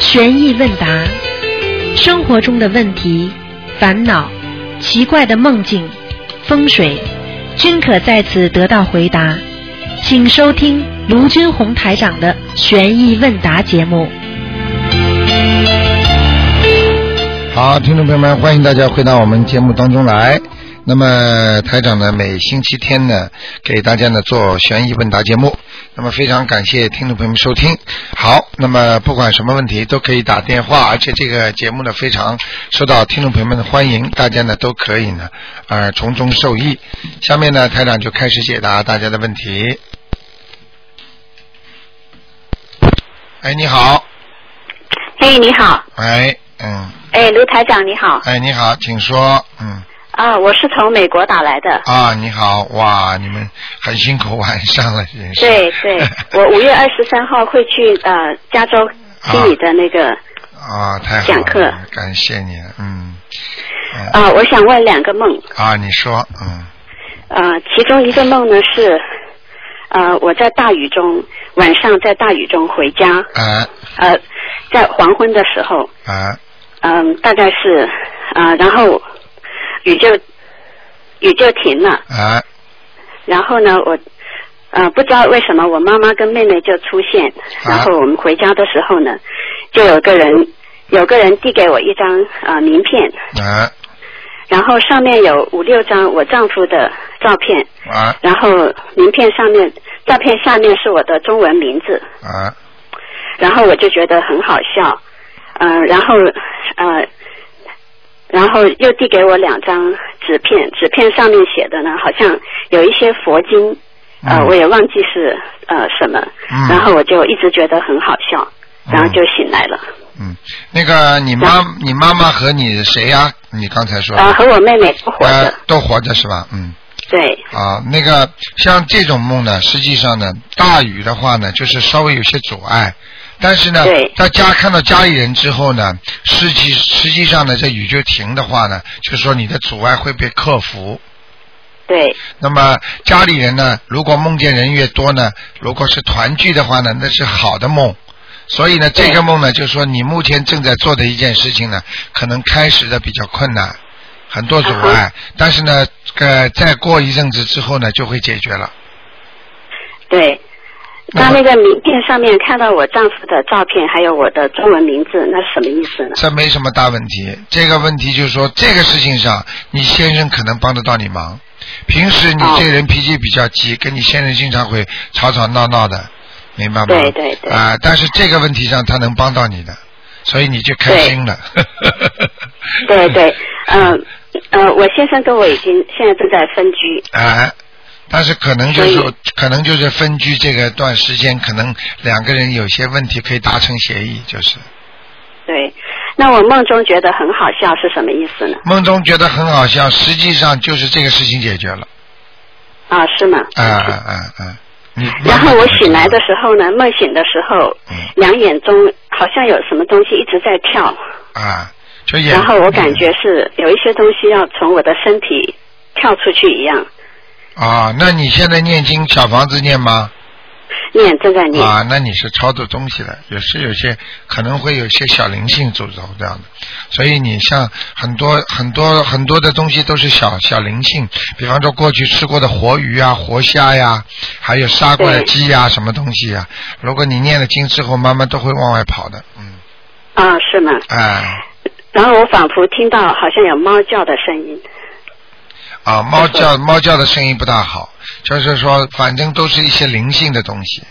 悬疑问答，生活中的问题、烦恼、奇怪的梦境、风水，均可在此得到回答。请收听卢军红台长的悬疑问答节目。好，听众朋友们，欢迎大家回到我们节目当中来。那么台长呢，每星期天呢，给大家呢做悬疑问答节目。那么非常感谢听众朋友们收听。好，那么不管什么问题都可以打电话，而且这个节目呢非常受到听众朋友们的欢迎，大家呢都可以呢呃从中受益。下面呢台长就开始解答大家的问题。哎，你好，哎，你好，哎，嗯，哎，卢台长你好，哎，你好，请说，嗯。啊，我是从美国打来的，啊，你好，哇，你们很辛苦，晚上 了，真哎是。，对对我五月二十三号会去呃加州听你的那个啊，太好讲课了，感谢你，嗯，嗯啊、我想问两个梦，啊，你说，嗯，呃，其中一个梦呢是，呃，我在大雨中晚上在大雨中回家，啊呃，在黄昏的时候，啊嗯、大概是呃，然后雨就雨就停了，啊然后呢，我呃不知道为什么我妈妈跟妹妹就出现，然后我们回家的时候呢，就有个人有个人递给我一张呃名片，啊然后上面有五六张我丈夫的照片，啊然后名片上面照片下面是我的中文名字，啊然后我就觉得很好笑，嗯、呃，然后呃。然后又递给我两张纸片，纸片上面写的呢，好像有一些佛经，呃，嗯我也忘记是呃什么，嗯然后我就一直觉得很好笑，然后就醒来了。嗯，那个你妈，你妈妈和你谁呀、你刚才说的，嗯呃，和我妹妹都活着，呃都活着是吧？嗯。对，啊，那个像这种梦呢，实际上呢，大雨的话呢，就是稍微有些阻碍，但是呢对，到家看到家里人之后呢，实际实际上呢，这雨就停的话呢，就是说你的阻碍会被克服。对，那么家里人呢，如果梦见人越多呢，如果是团聚的话呢，那是好的梦。所以呢，这个梦呢，就是说你目前正在做的一件事情呢，可能开始的比较困难，很多阻啊碍，但是呢，呃，再过一阵子之后呢，就会解决了。对。那那么那个名片上面看到我丈夫的照片，还有我的中文名字，那是什么意思呢？这没什么大问题。这个问题就是说，这个事情上，你先生可能帮得到你忙。平时你哦这人脾气比较急，跟你先生经常会吵吵闹闹的，明白吗？对对对啊、但是这个问题上他能帮到你的，所以你就开心了。对对，嗯呃我先生跟我已经现在正在分居，啊、但是可能就是所以可能就是分居这个段时间，可能两个人有些问题可以达成协议，就是。对。那我梦中觉得很好笑是什么意思呢？梦中觉得很好笑，实际上就是这个事情解决了。啊，是吗？啊啊啊！啊！你然后我醒来的时候呢，梦醒的时候嗯，两眼中好像有什么东西一直在跳，啊，就眼然后我感觉是有一些东西要从我的身体跳出去一样，啊，那你现在念经小房子念吗？念正在念。啊，那你是超度东西的，也是有些可能会有些小灵性诅咒这样的，所以你像很多很多很多的东西都是小小灵性，比方说过去吃过的活鱼啊、活虾呀、还有杀过的对鸡呀、什么东西呀、如果你念了经之后，慢慢都会往外跑的，嗯，啊，是吗？哎。然后我仿佛听到好像有猫叫的声音。啊，猫叫猫叫的声音不大好，就是说，反正都是一些灵性的东西，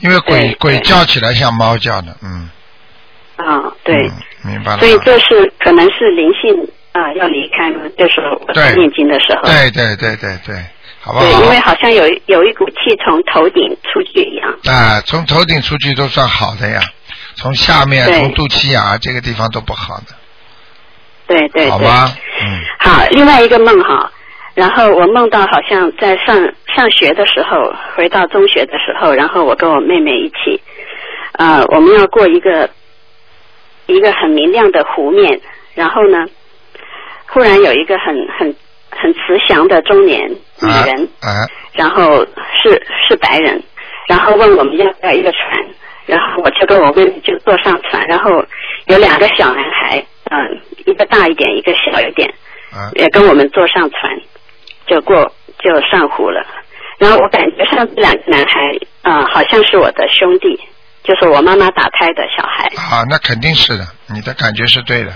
因为鬼对鬼对叫起来像猫叫的，嗯，啊，对，嗯明白了吗。所以这是可能是灵性啊、要离开嘛，就是我对念经的时候。对对对对对，好不对，因为好？好像有有一股气从头顶出去一样。啊，从头顶出去都算好的呀，从下面啊对从肚脐眼儿这个地方都不好的，对对对。好吧？嗯好，另外一个梦哈，然后我梦到好像在上上学的时候，回到中学的时候，然后我跟我妹妹一起，呃，我们要过一个一个很明亮的湖面，然后呢，忽然有一个很很很慈祥的中年女啊人，啊然后是是白人，然后问我们要不要一个船，然后我就跟我妹妹就坐上船，然后有两个小男孩，嗯，一个大一点，一个小一点，啊，也跟我们坐上船，就过就上湖了。然后我感觉上这两个男孩，啊、好像是我的兄弟，就是我妈妈打胎的小孩。啊，那肯定是的，你的感觉是对的，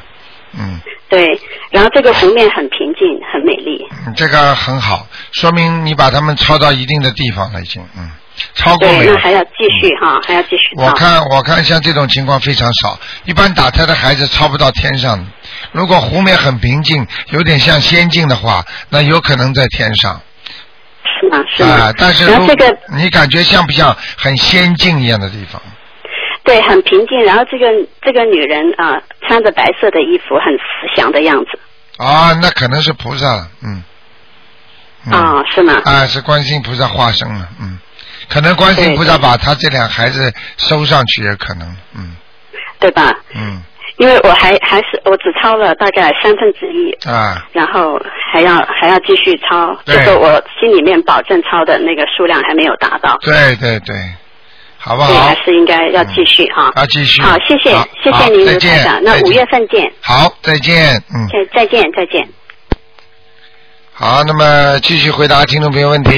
嗯，对，然后这个湖面很平静，很美丽。嗯这个很好，说明你把他们超到一定的地方了，已经，嗯，超过没对，有那？还要继续哈，还要继续我造。看我看像这种情况非常少，一般打胎的孩子超不到天上的。如果湖面很平静，有点像仙境的话，那有可能在天上是吗？是吗？啊、但是然后如这个你感觉像不像很仙境一样的地方？对很平静，然后这个这个女人啊、穿着白色的衣服，很慈祥的样子啊，那可能是菩萨了，嗯。嗯啊、是吗？啊，是观世音菩萨化身了，嗯，可能观世音菩萨把他这两孩子收上去也可能，嗯对吧？嗯因为我还还是我只抄了大概三分之一，啊，然后还要还要继续抄，就对是我心里面保证抄的那个数量还没有达到，对对对，好不所以好还？是应该要继续哈。啊，继续。好，谢谢好谢好谢您，再卢台见长。。那再五见月份见，好，再见，嗯，再再见再见。好，那么继续回答听众朋友问题。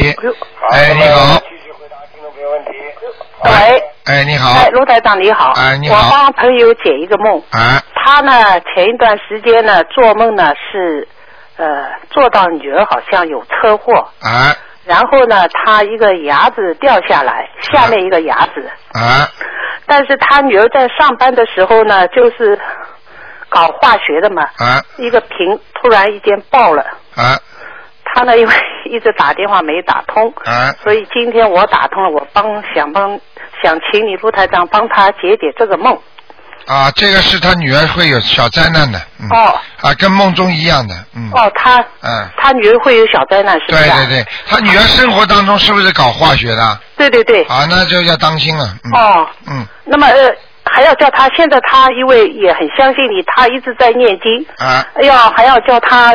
哎，你好，喂，哎，你好，哎，卢台长你好，哎你好我帮朋友解一个梦，啊，他呢前一段时间呢做梦呢是，呃，做到女儿好像有车祸，啊，然后呢他一个牙子掉下来，下面一个牙子，啊，但是他女儿在上班的时候呢，就是搞化学的嘛，啊，一个瓶突然一间爆了，啊，他呢因为一直打电话没打通，啊，所以今天我打通了，我帮想帮想请你卢台长帮他解解这个梦。啊，这个是他女儿会有小灾难的，嗯，哦啊，跟梦中一样的，嗯，哦，他嗯，他女儿会有小灾难是不对是啊？对对，他女儿生活当中是不是搞化学的？对对对啊，那就要当心了，嗯，哦，嗯，那么呃还要叫他现在他因为也很相信你，他一直在念经，啊，哎呀还要叫他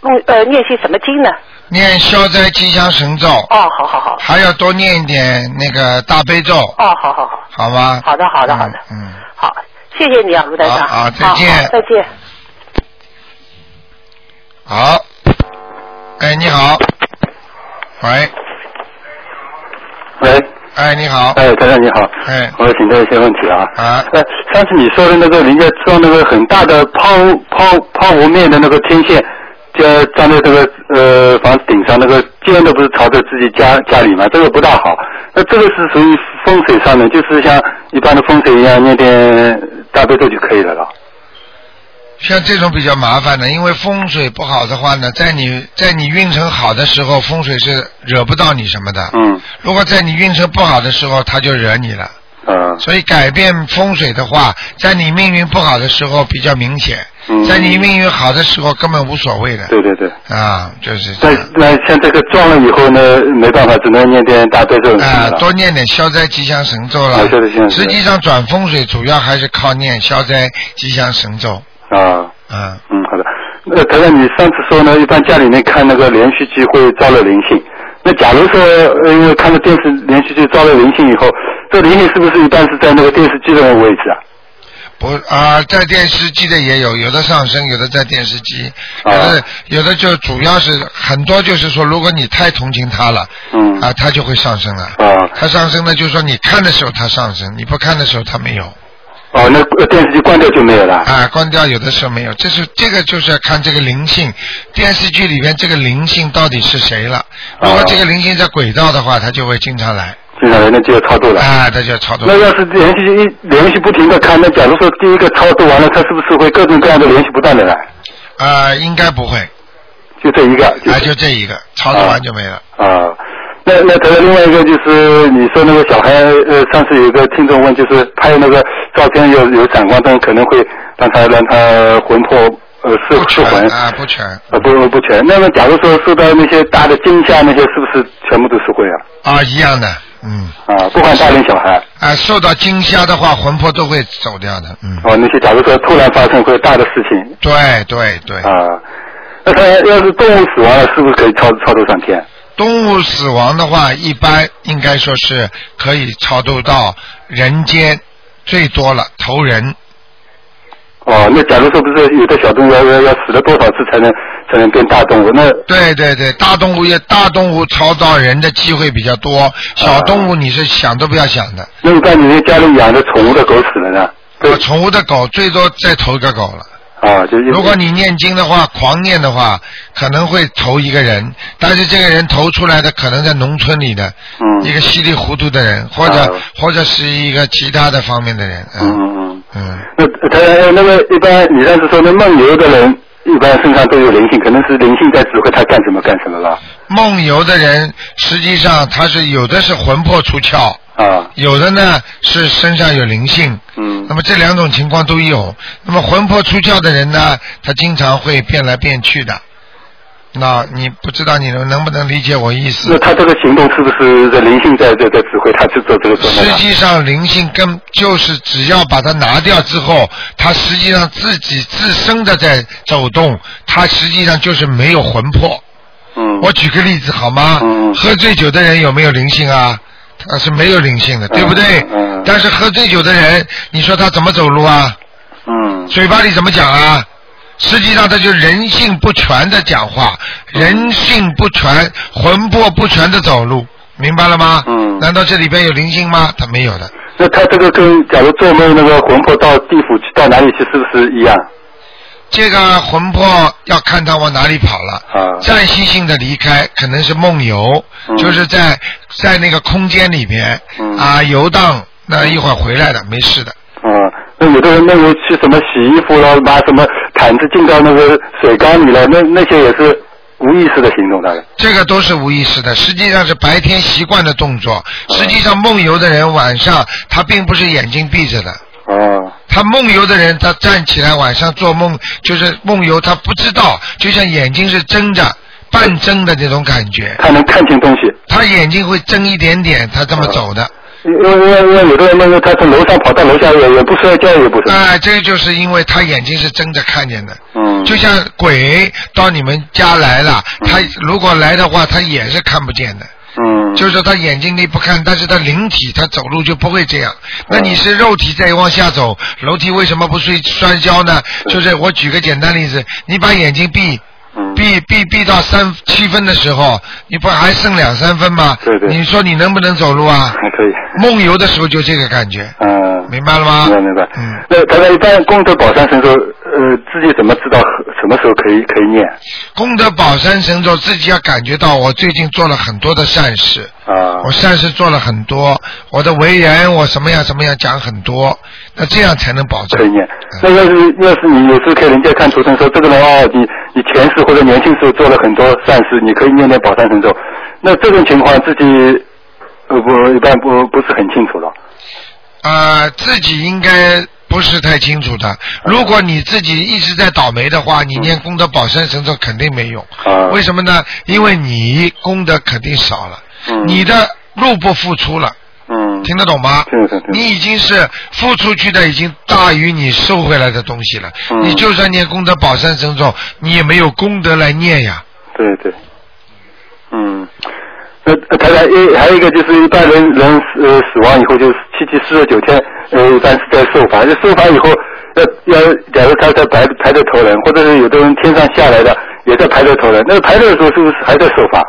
弄呃念些什么经呢？念消灾吉祥神咒，哦，好好好，还要多念一点那个大悲咒，哦，好好好，好吗？好的好的嗯好的嗯好，谢谢你啊，卢台长，好好再好见再见。好，哎，你好，喂，喂，哎，你好，哎，台长你好，哎我请教一些问题啊。啊呃，上次你说的那个人家装那个很大的抛抛抛物面的那个天线，就站在这个呃房子顶上，那个尖的不是朝着自己家家里嘛，这个不大好。那这个是属于风水上面，就是像一般的风水一样，念点大悲咒就可以了了。像这种比较麻烦的，因为风水不好的话呢，在你在你运程好的时候，风水是惹不到你什么的。嗯，如果在你运程不好的时候，哦他就惹你了。嗯呃，所以改变风水的话，在你命运不好的时候比较明显，嗯在你命运好的时候根本无所谓的。对对对。啊，就是这那样。那像这个撞了以后呢，没办法，只能念点大悲咒什么啊、的了。多念点消灾吉祥神咒啦啊消灾吉祥。神咒实际上转风水主要还是靠念消灾吉祥神咒。啊。啊，嗯，好的。那台长，你上次说呢，一般家里面看那个连续剧会招了灵性。那假如说，呃，因为看了电视连续剧招了灵性以后，这灵性是不是一般是在那个电视剧的位置啊？不啊、在电视机的也有，有的上升，有的在电视机，有啊的、有的就主要是很多就是说，如果你太同情他了，嗯啊，他就会上升了。啊，他上升呢，就是说你看的时候他上升，你不看的时候他没有。哦，那呃电视剧关掉就没有了。啊，关掉有的时候没有，这是这个就是要看这个灵性，电视剧里面这个灵性到底是谁了。如果哦这个灵性在轨道的话，他就会经常来，经常来那就要超度了。啊，他就要操作那。要是连续剧一连续不停的看，那假如说第一个超度完了，他是不是会各种各样的连续不断的来？啊，应该不会，就这一个。啊，就这一个，操作完就没了。啊，那那得了，另外一个就是你说那个小孩，呃，上次有个听众问，就是拍那个照片有有闪光灯，可能会让他让他魂魄呃失不失全魂，啊，不全呃不不全。那么假如说受到那些大的惊吓，那些是不是全部都是会啊？啊，一样的，嗯，啊，不管大人小孩，啊，受到惊吓的话，魂魄都会走掉的，嗯，哦，那些假如说突然发生会有大的事情对对对，啊，那他要是动物死亡了，是不是可以超超度上天？动物死亡的话，一般应该说是可以超度到人间，最多了投人。哦，那假如说不是有的小动物要要要死了多少次才能才能变大动物？那对对对，大动物也大动物超到人的机会比较多，小动物你是想都不要想的。那一般你们家里养的宠物的狗死了呢？对呃宠物的狗最多再投一个狗了。啊，就是如果你念经的话，狂念的话，可能会投一个人，但是这个人投出来的可能在农村里的、嗯一个稀里糊涂的人，或者、啊或者是一个其他的方面的人。嗯嗯嗯嗯，嗯，那他呃那么一般你上次说那梦游的人，一般身上都有灵性，可能是灵性在指挥他干什么干什么吧？梦游的人实际上他是有的是魂魄出窍，啊，有的呢是身上有灵性。嗯那么这两种情况都有。那么魂魄出窍的人呢，他经常会变来变去的。那你不知道你能能不能理解我意那思？他这个行动是不是这灵性在在在指挥他去做这个做那实个？际上灵性跟就是只要把它拿掉之后，它实际上自己自身的在走动，它实际上就是没有魂魄。嗯，我举个例子好吗？嗯嗯喝醉酒的人有没有灵性啊？他是没有灵性的，对不对？嗯嗯嗯但是喝醉酒的人，你说他怎么走路啊？嗯嘴巴里怎么讲啊？实际上，他就人性不全的讲话，嗯人性不全、魂魄不全的走路，明白了吗？嗯难道这里边有灵性吗？他没有的。那他这个跟假如做梦那个魂魄到地府去到哪里去是不是一样？这个魂魄要看他往哪里跑了。啊，暂时性的离开，可能是梦游，嗯就是在在那个空间里边、嗯啊游荡，那一会儿回来的，没事的。嗯，那有的人认为去什么洗衣服了，拿什么毯子进到那个水缸里了，那那些也是无意识的行动，大概。这个都是无意识的，实际上是白天习惯的动作。嗯实际上梦游的人晚上他并不是眼睛闭着的，哦，他梦游的人他站起来晚上做梦就是梦游，他不知道，就像眼睛是睁着。半睁的这种感觉，他能看清东西，嗯他眼睛会睁一点点，他这么走的，因为因为因为有的人那个他从楼上跑到楼下也也不摔跤也不是，哎、这个就是因为他眼睛是睁着看见的，嗯，就像鬼到你们家来了，嗯他如果来的话，他也是看不见的，嗯，就是他眼睛里不看，但是他灵体他走路就不会这样。那你嗯是肉体在往下走，楼梯为什么不睡摔跤呢？就是我举个简单例子，你把眼睛闭嗯闭闭闭到三七分的时候，你不还剩两三分吗？对对你说你能不能走路 啊？还可以，梦游的时候就这个感觉，嗯，明白了吗？明白明白。嗯，那大家一般功德宝山神咒，呃，自己怎么知道什么时候可以可以念功德宝山神咒自己要感觉到，我最近做了很多的善事。啊？我善事做了很多，我的为人我什么样什么样讲很多，那这样才能保证可以。念。那嗯要是要是你有时候给人家看图腾说这个人哦，你你前世或者年轻时候做了很多善事，你可以念念宝山神咒。那这种情况自己呃不一般不不是很清楚了。呃，自己应该不是太清楚嗯的。如果你自己一直在倒霉的话，你念功德宝山神咒肯定没用。啊为什么呢？因为你功德肯定少了，嗯你的入不敷出了，嗯听得懂吗？听得懂听得懂你已经是付出去的，已经大于你收回来的东西了。嗯你就算念功德宝山神咒，你也没有功德来念呀。对对，嗯。那呃台长，一还有一个就是一般人人呃死亡以后就是七七四十九天，呃一般是在受罚，就受罚以后要要，假如他在排排队投人，或者是有的人天上下来的也在排队投人，那排队的时候是不是还在受罚？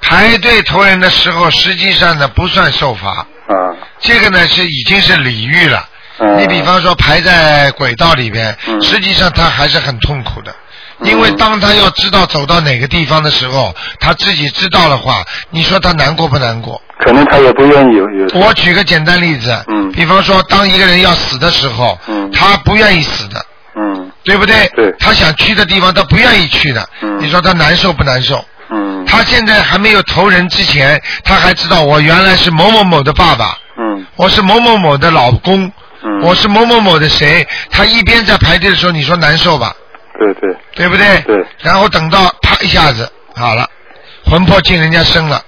排队投人的时候，实际上呢不算受罚，啊，这个呢是已经是礼遇了。嗯你比方说排在轨道里边，嗯实际上他还是很痛苦的，嗯因为当他要知道走到哪个地方的时候，他自己知道的话，你说他难过不难过？可能他也不愿意有有。我举个简单例子，嗯比方说当一个人要死的时候，嗯他不愿意死的，嗯对不对？对他想去的地方他不愿意去的，嗯你说他难受不难受？嗯他现在还没有投人之前，他还知道我原来是某某某的爸爸，嗯我是某某某的老公，嗯，我是某某某的谁。他一边在排队的时候，你说难受吧，对对对不对？对。然后等到啪一下子好了，魂魄进人家身了，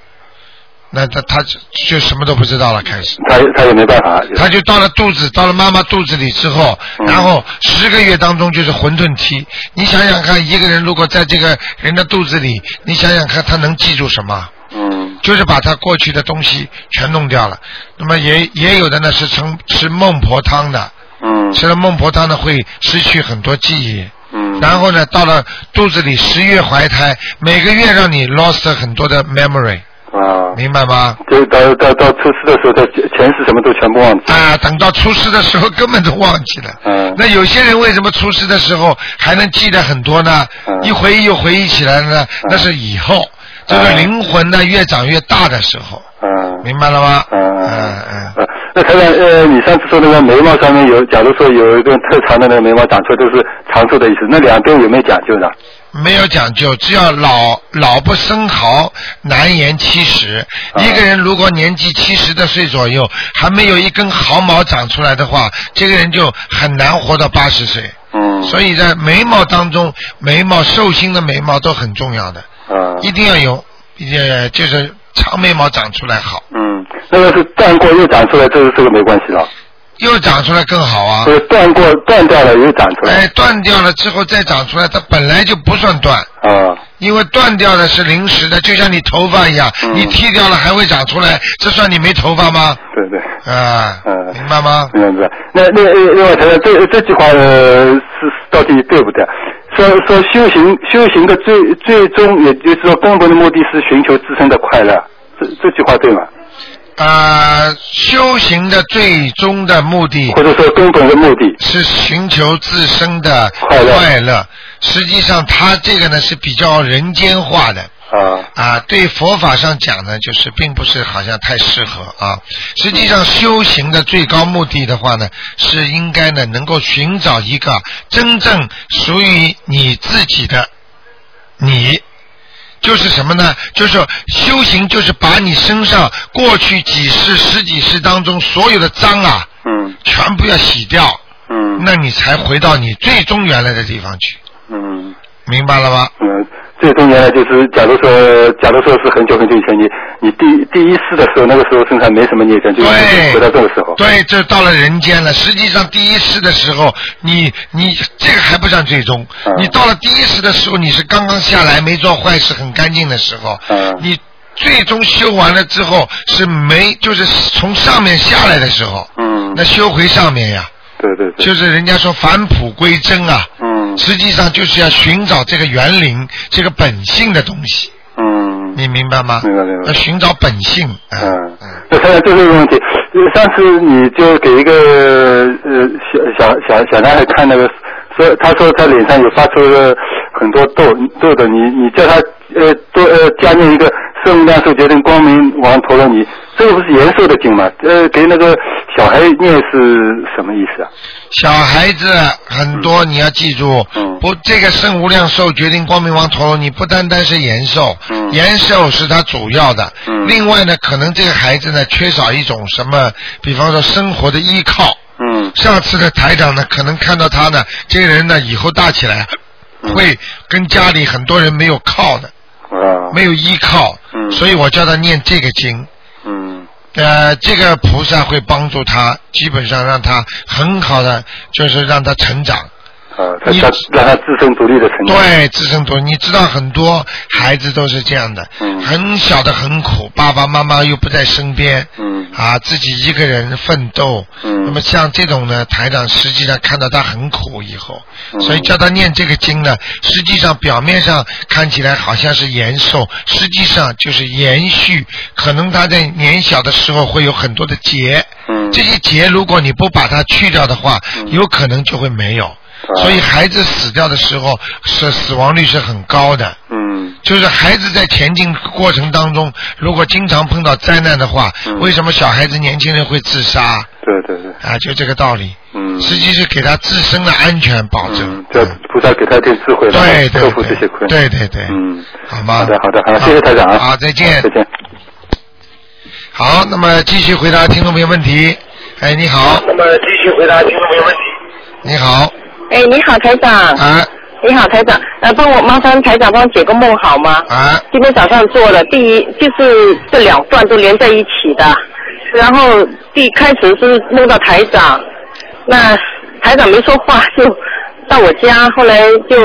那他他就就什么都不知道了，开始。他他也没办法。他就到了肚子，到了妈妈肚子里之后，嗯然后十个月当中就是混沌期。你想想看，一个人如果在这个人的肚子里，你想想看他能记住什么？嗯就是把他过去的东西全弄掉了。那么也也有的呢是成吃孟婆汤的，嗯吃了孟婆汤呢会失去很多记忆。嗯。然后呢，到了肚子里十月怀胎，每个月让你 lost 很多的 memory，啊，明白吗？就到到到出事的时候，他前前世什么都全部忘记。啊，等到出事的时候根本都忘记了。嗯那有些人为什么出事的时候还能记得很多呢？嗯一回忆又回忆起来了呢，嗯那是以后这个嗯灵魂呢越长越大的时候，嗯。明白了吗？嗯嗯嗯。呃，那台长，呃，你上次说那个眉毛上面有，假如说有一根特长的那个眉毛长出来，都是长寿的意思。那两边有没有讲究呢？没有讲究，只要老老不生蚝，难言七十。啊一个人如果年纪七十的岁左右，还没有一根毫毛长出来的话，这个人就很难活到八十岁。嗯，所以在眉毛当中，眉毛寿星的眉毛都很重要的，啊，一定要有，也就是长眉毛长出来好，嗯，那个是断过又长出来，这个这个没关系了，又长出来更好啊就。是断过断掉了又长出来哎，。断掉了之后再长出来，它本来就不算断。啊，因为断掉的是临时的，就像你头发一样，嗯你剃掉了还会长出来，这算你没头发吗？对对。啊，嗯明白吗？这样子，那那呃另外，台长，这这句话呃是是到底对不对？说说修行修行的最最终，也就是说根本的目的是寻求自身的快乐，这这句话对吗？啊，修行的最终的目的或者说根本的目的，是寻求自身的快乐乐实际上，它这个呢是比较人间化的。啊，啊，对佛法上讲呢，就是并不是好像太适合啊。实际上，修行的最高目的的话呢，是应该呢能够寻找一个真正属于你自己的你。就是什么呢？就是修行，就是把你身上过去几世、十几世当中所有的脏啊，嗯全部要洗掉，嗯那你才回到你最终原来的地方去，嗯明白了吗？嗯，最终原来就是，假如说，假如说是很久很久以前，你你第第一次的时候，那个时候身上没什么孽障，就是对，回到这个时候，对，这到了人间嗯了。实际上，第一世的时候，你你这个还不算最终。嗯你到了第一世的时候，你是刚刚下来，没做坏事，很干净的时候。嗯你最终修完了之后，是没就是从上面下来的时候，嗯那，修回上面呀，对对对，就是人家说返璞归真啊。嗯实际上就是要寻找这个园林、这个本性的东西，嗯。你明白吗？明白明白要寻找本性。嗯嗯，那现在就是这个问题。上次你就给一个呃小小小小男孩看那个，说他说他脸上有发出了很多痘痘的，你你叫他呃多呃加念一个圣量寿决定光明王陀罗尼，这个不是延寿的经吗？呃，给那个小孩念是什么意思啊？小孩子很多，你要记住，嗯不，这个圣无量寿决定光明王陀罗尼，不单单是延寿，嗯延寿是它主要的。嗯另外呢，可能这个孩子呢缺少一种什么，比方说生活的依靠。嗯上次的台长呢，可能看到他呢，这个人呢以后大起来，嗯会跟家里很多人没有靠的，啊没有依靠，嗯所以我叫他念这个经。嗯呃，这个菩萨会帮助他，基本上让他很好的，就是让他成长。啊，他你他让他自身独立的成长。对，自身独立，你知道很多孩子都是这样的，嗯很小的很苦，爸爸妈妈又不在身边，嗯啊，自己一个人奋斗。嗯那么像这种呢，台长实际上看到他很苦以后，嗯所以叫他念这个经呢，实际上表面上看起来好像是延寿，实际上就是延续。可能他在年小的时候会有很多的劫，嗯这些劫如果你不把它去掉的话，嗯有可能就会没有。啊所以孩子死掉的时候是死亡率是很高的。嗯就是孩子在前进过程当中，如果经常碰到灾难的话，嗯为什么小孩子、年轻人会自杀对对对啊？就这个道理，嗯。实际是给他自身的安全保证嗯，。这菩萨给他一点智慧，对克对服这些困对，难。对对对，嗯，好吗？好的好的，好，谢谢台长啊，好，再见再。见。好，那么继续回答听众朋友问题。哎，你好，那么继续回答听众朋友问题。你好，哎，你好，台长。啊，你好，台长，呃，帮我麻烦台长帮我解个梦好吗？啊，今天早上做了，第一就是这两段都连在一起的，然后第开始是梦到台长，那台长没说话就到我家，后来就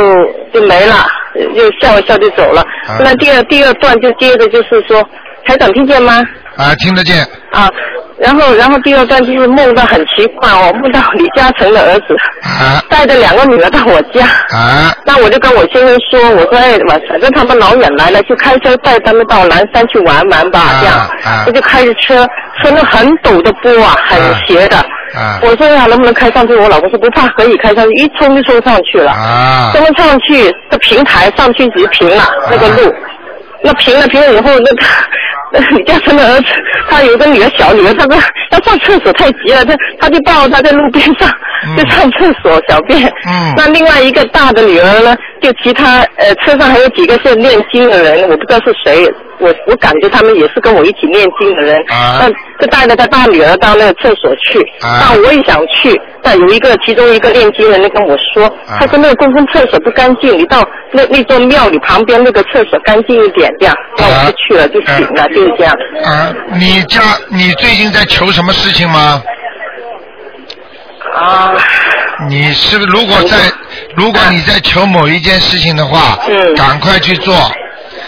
就没了，就笑一笑就走了。啊那第二第二段就接着就是说，台长听见吗？啊，听得见啊，然后然后第二段就是梦到很奇怪哦，梦到李嘉诚的儿子啊带着两个女儿到我家。啊那我就跟我先生说，我说哎，反反正他们老远来了，就开车带他们到南山去玩玩吧，啊这样。啊我就开着车，车那很陡的坡啊，很啊斜的。啊我说哎呀，能不能开上去？我老公说不怕，可以开上去，一冲就冲上去了。哦啊冲上去，这平台上去直平了，那个路，那平了平了以后，那个。 那李嘉诚的儿子，他有一个女儿，小女儿，他说要上厕所太急了，他他就抱她在路边上，嗯就上厕所小便。嗯那另外一个大的女儿呢，就其他呃车上还有几个是念经的人，我不知道是谁，我我感觉他们也是跟我一起念经的人。啊那就带着他大女儿到那个厕所去。啊那我也想去，但有一个其中一个念经人就跟我说，啊他说那个公共厕所不干净，你到那那座庙里旁边那个厕所干净一点这样。那我就去了，就醒了，就是这样。啊！你家你最近在求什么事情吗？啊，你是不是如果在如果你在求某一件事情的话，嗯赶快去做。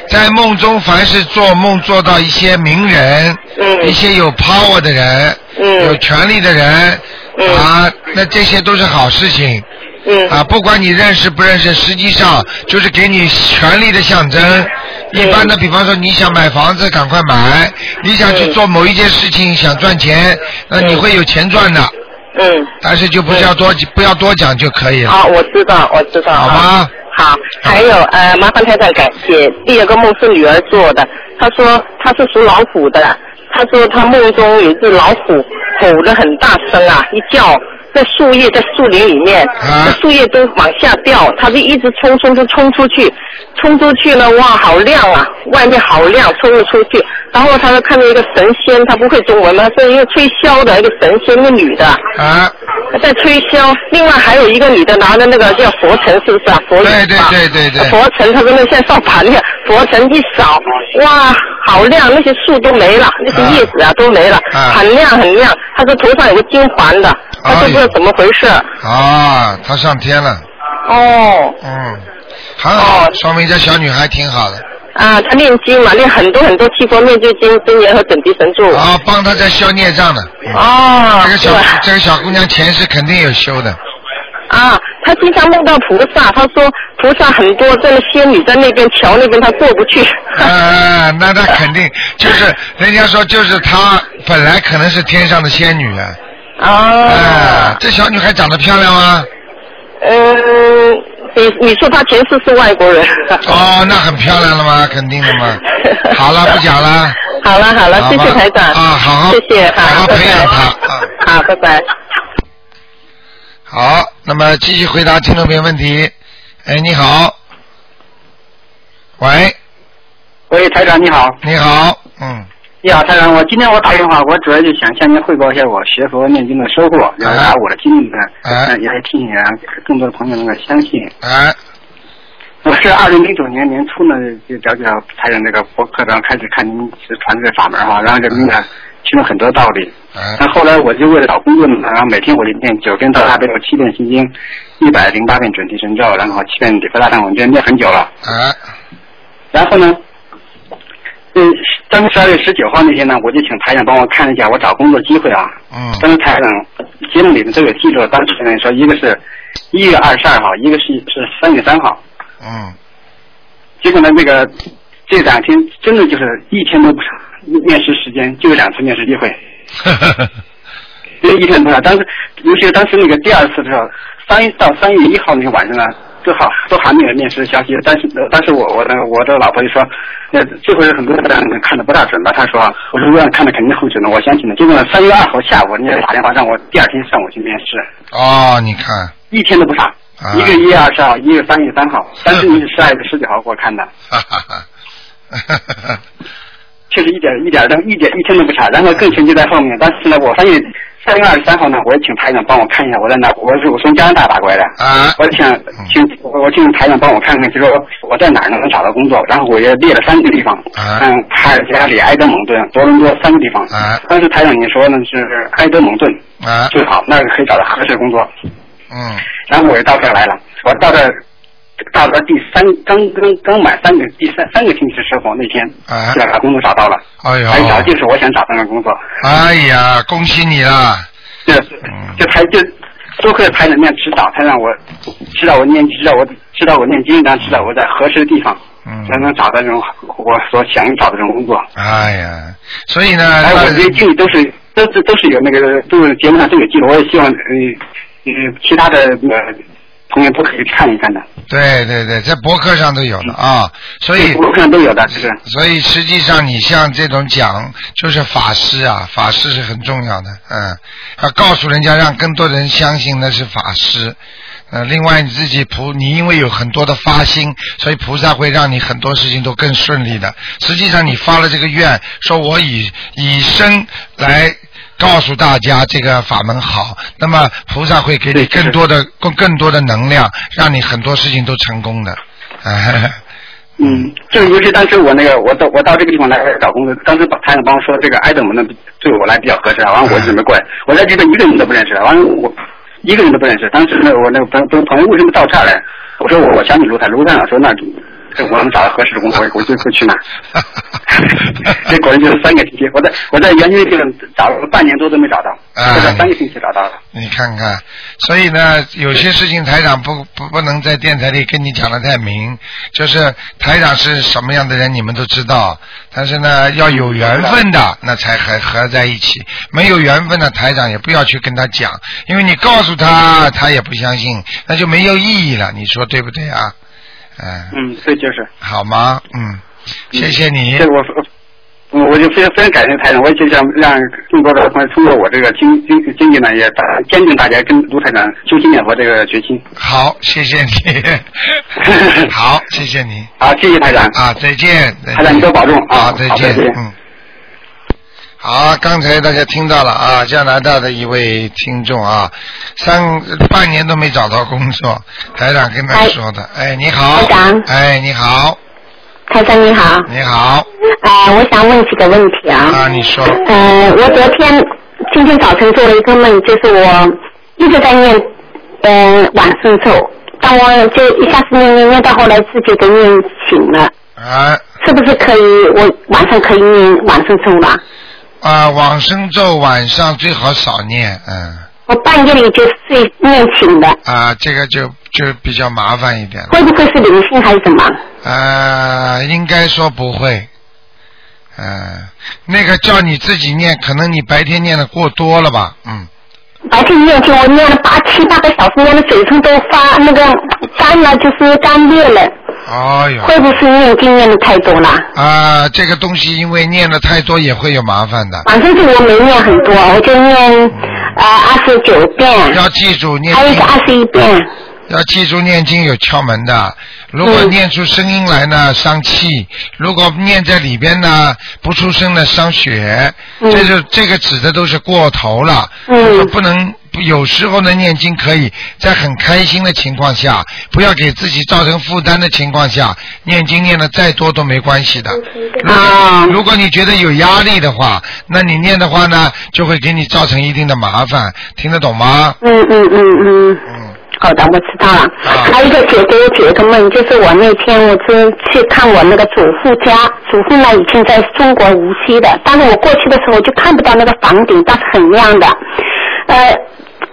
在梦中，凡是做梦做到一些名人，嗯一些有 power 的人，嗯有权力的人，嗯啊，那这些都是好事情。嗯啊，不管你认识不认识，实际上就是给你权力的象嗯征。一般的，比方说你想买房子，赶快买；你想去做某一件事情，想赚钱，那你会有钱赚的。嗯，但是就不是要多不要多讲就可以了，好，我知道，我知道。好啊吗？好，还有呃，麻烦台长感谢。第二个梦是女儿做的，她说她是属老虎的，她说她梦中有一只老虎吼得很大声啊，一叫。那树叶在树林里面，啊那树叶都往下掉，她就一直冲冲冲冲出去，冲出去呢，哇，好亮啊，外面好亮，冲了出去，然后她就看见一个神仙，她不会中文嘛，是一个吹箫的一个神仙，一个女的，啊，在推销，另外还有一个女的拿着那个叫佛尘，是不是啊？佛语对对啊对对对佛尘，她说那像扫盘的，佛尘一扫，哇，好亮，那些树都没了，那些叶子啊都没了，啊哦很亮很亮。她说头上有个金环的，她说不知道怎么回事。啊，他上天了，哦，嗯，很好哦，说明这小女孩挺好的，啊，她念经嘛，念很多很多七佛灭罪经、真言和准提神咒。啊，帮她在消孽障的，嗯哦这个，小对。这个小姑娘前世肯定有修 的，啊，他经常梦到菩萨，他说菩萨很多，这个仙女在那边桥那边，他过不去。啊，那她肯定就是人家说就是她本来可能是天上的仙女啊，啊哦，，哎这小女孩长得漂亮吗？嗯，你你说他前世是外国人。哦，那很漂亮了吗？肯定的 嘛。好了，不讲了。好了好了，好吧谢谢台长。啊好好谢谢，好好拜培养拜。他啊好，拜拜。好，那么继续回答听众朋友问题。哎，你好，喂，喂，台长你好。你好，嗯，你好，台长，我今天我打电话，我主要就想向您汇报一下我学佛念经的收获，然后哎把我的经历呢，哎呃也是替你啊更多的朋友能够相信。哎，我是二零零九年年初呢，就了解到台长这个博客，然后开始看您传的这法门哈，然后就明白其中很多道理。哎，但后来我就为了找工作呢，然后每天我就念九遍大大悲咒、七遍心经、一百零八遍准提神咒，然后七遍礼佛大忏悔真，念很久了。哎，然后呢，呃，当时十二月十九号那天呢，我就请台长帮我看一下我找工作机会啊。嗯，当时台长节目里面都有记住，当时呢说一个是一月二十二号，一个是是三月三号。嗯，结果呢，那个这两天真的就是一天都不上，面试时间就有两次面试机会，呵呵呵， 就一天不上。当时，尤其是当时那个第二次的时候，三到三月一号那天晚上呢，都好都还没有面试的消息。但是，但是我我的我的老婆就说，那这回很多人看的不大准吧？她说，我说如果看的肯定很准的，我相信的。结果呢，三月二号下午人家打电话让我第二天上午去面试，哦，你看，一天都不上，啊一个一月二十号，一个三月三号，但是你是十二月十九号给我看的。哈哈哈，哈哈哈，确实一点一点都一点一天都不差。然后更神奇在后面，但是呢，我发现三月二十三号呢，我也请台长帮我看一下，我在哪？我是我从加拿大打过来的。啊我想请我请台长帮我看看，就说我在哪儿能找到工作。然后我也列了三个地方，啊嗯，海尔加里、埃德蒙顿、多伦多三个地方。啊但是台长你说呢是埃德蒙顿啊，最好，那可以找到合适的工作。嗯然后我就到这儿来了，我到这儿到这儿第三刚刚刚满三个第三三个星期之后那天，啊就，把工作找到了。哎呦哎，，找的就是我想找到的工作， 哎呀，恭喜你啦！就嗯就台就多亏了台长那样指导，他让我知道我念知道我知道我念经，然后知道我在合适的地方，嗯，才能找到这种我所想找的这种工作。哎呀，所以呢，哎，我那这些经历都是都是都是有那个都是节目上都有记录，我也希望呃呃其他的呃朋友都可以看一看的，对对对，在博客上都有的啊，所以我看都有的，就是所以实际上，你像这种讲，就是法师啊，法师是很重要的，嗯，要告诉人家，让更多的人相信那是法师。呃，另外你自己菩，你因为有很多的发心，所以菩萨会让你很多事情都更顺利的。实际上，你发了这个愿，说我以以身来告诉大家这个法门好，那么菩萨会给你对更是多的更更多的能量，让你很多事情都成功的。 哎，嗯，就是尤其当时我那个，我到我到这个地方来找工作，当时把台长帮我说这个埃德蒙呢对我来比较合适啊，完了我就准备过来，我在这边一个人都不认识，啊完了我一个人都不认识。当时呢，我那个朋朋朋友为什么到这儿来？我说我我想你卢台，卢台长说那就我能找到合适的工作，我我就会去那儿。 这果然就是三个星期，我在我在原先地方找了半年多都没找到，啊我在三个星期找到了。你看看，所以呢，有些事情台长不不不能在电台里跟你讲的太明，就是台长是什么样的人你们都知道，但是呢，要有缘分的那才合合在一起，没有缘分的台长也不要去跟他讲，因为你告诉他他也不相信，那就没有意义了，你说对不对啊？嗯，嗯，对，就是。好吗？嗯，谢谢你这。我嗯我我就非常非常感谢台长，我也就想让更多的朋友通过我这个经经经历呢，也把坚定大家跟卢台长修心念佛这个决心。好，谢谢 你。好，谢谢你好，谢谢台长，啊，再见。再见台长你多保重啊，好，再好见。嗯。好，刚才大家听到了啊，加拿大的一位听众啊，三半年都没找到工作，台长跟他说的。哎，你好。台长哎，你好，台长你好，你好呃，我想问几个问题啊，啊。你说呃，我昨天今天早晨做了一个梦，就是我一直在念呃往生咒，但我就一下子念念念到后来自己给念醒了，啊是不是可以我晚上可以念往生咒了？啊，往生咒晚上最好少念，嗯我半夜里就睡念醒了，啊，这个就就比较麻烦一点了。会不会是灵性还是什么？呃，应该说不会。呃，那个叫你自己念，可能你白天念的过多了吧，嗯。白天念经我念了八七八个小时，念的嘴唇都发那个干了，就是干裂了，哎呦。会不会是念经念的太多了？啊，这个东西因为念的太多也会有麻烦的，晚上这个我没念很多，我就念呃二十九遍，要记住念还有一个经，二十一遍。要记住念经有窍门的。如果嗯念出声音来呢，伤气；如果念在里边呢，不出声呢，伤血。嗯这就这个指的都是过头了。嗯不能有时候呢念经可以在很开心的情况下，不要给自己造成负担的情况下，念经念的再多都没关系的。如果啊如果你觉得有压力的话，那你念的话呢，就会给你造成一定的麻烦，听得懂吗？嗯嗯嗯嗯，嗯，好的，我知道了。啊还有一个姐给我解一个梦，就是我那天我是去看我那个祖父家，祖父呢以前在中国无锡的，但是我过去的时候就看不到那个房顶，但是很亮的，呃，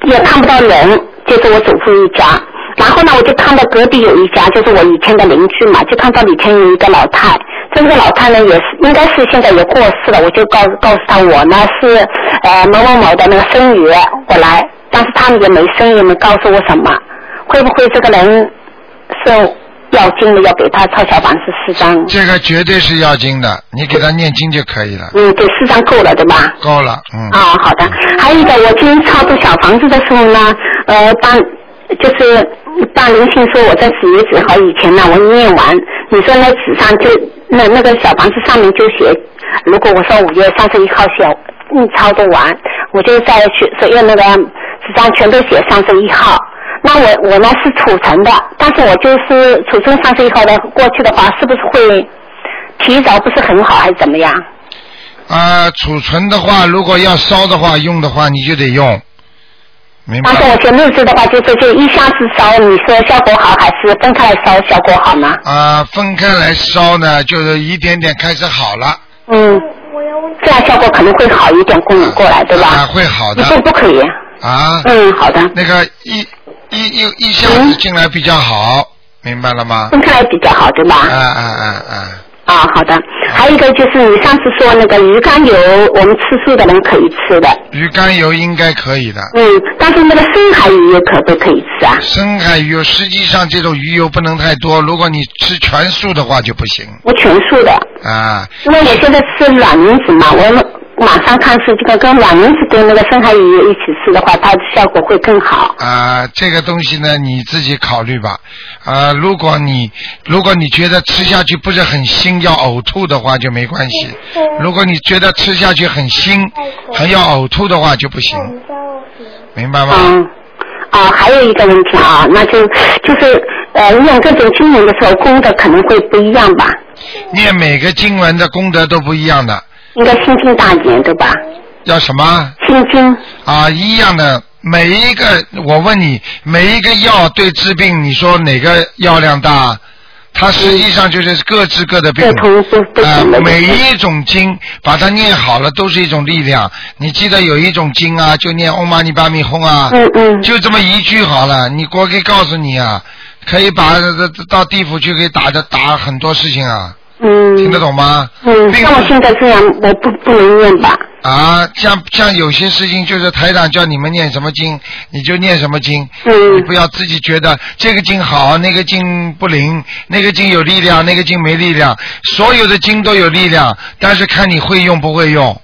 也看不到人，就是我祖父一家。然后呢，我就看到隔壁有一家，就是我以前的邻居嘛，就看到以前有一个老太，这个老太呢也是应该是现在也过世了，我就告告诉她我呢是呃某某某的那个孙女，我来，但是他们也没声音，也没告诉我什么，会不会这个人是要经的，要给他抄小房子四张？这个绝对是要经的，你给他念经就可以了，嗯，给四张够了对吧？够了，嗯。啊，好的。还有一个，我今天操作小房子的时候呢，呃，当就是当灵性说我在纸月纸和以前呢，我念完，你说那纸上就那那个小房子上面就写，如果我说五月三十一号写，嗯，操作完，我就在学所有那个纸张全都写上升一号。那我我呢是储存的，但是我就是储存上升一号的过去的话，是不是会提早不是很好，还是怎么样？啊、储存的话，如果要烧的话，用的话你就得用，明白但是吗？我前六支的话，就是就一箱子烧，你说效果好还是分开来烧效果好呢？啊、分开来烧呢，就是一点点开始好了，嗯，这样效果可能会好一点，供应过来，对吧？啊，会好你说的不可以？啊。嗯，好的，那个一一一一下子进来比较好，明白了吗？嗯分开来比较好，对吧？啊啊啊啊！啊，好的。还有一个就是你上次说那个鱼肝油，我们吃素的人可以吃的，鱼肝油应该可以的。嗯，但是那个深海鱼油可不可以吃啊？深海鱼油实际上这种鱼油不能太多，如果你吃全素的话就不行我全素的，啊。因为我现在吃卵磷脂嘛，我们马上看是这个跟卵磷脂跟那个深海鱼油一起吃的话，它的效果会更好。啊、这个东西呢，你自己考虑吧。啊、如果你如果你觉得吃下去不是很腥，要呕吐的话就没关系；如果你觉得吃下去很腥，还要呕吐的话就不行，明白吗？嗯，啊，还有一个问题啊，那就就是呃，念各种经文的时候，功德可能会不一样吧？念每个经文的功德都不一样的，应该心经大一点，对吧？要什么心经，啊？一样的，每一个我问你，每一个药对治病，你说哪个药量大？它实际上就是各治各的病这。同不不啊、行的。每一种经把它念好了，都是一种力量。你记得有一种经啊，就念唵嘛呢叭咪吽啊，嗯嗯，就这么一句好了。你我可以告诉你啊，可以把到地府去，可以打的打很多事情啊，嗯，听得懂吗？嗯，并像我现在这样，我不不能念吧？啊，像像有些事情就是台长叫你们念什么经，你就念什么经，你嗯不要自己觉得这个经好，那个经不灵，那个经有力量，那个经没力量，所有的经都有力量，但是看你会用不会用，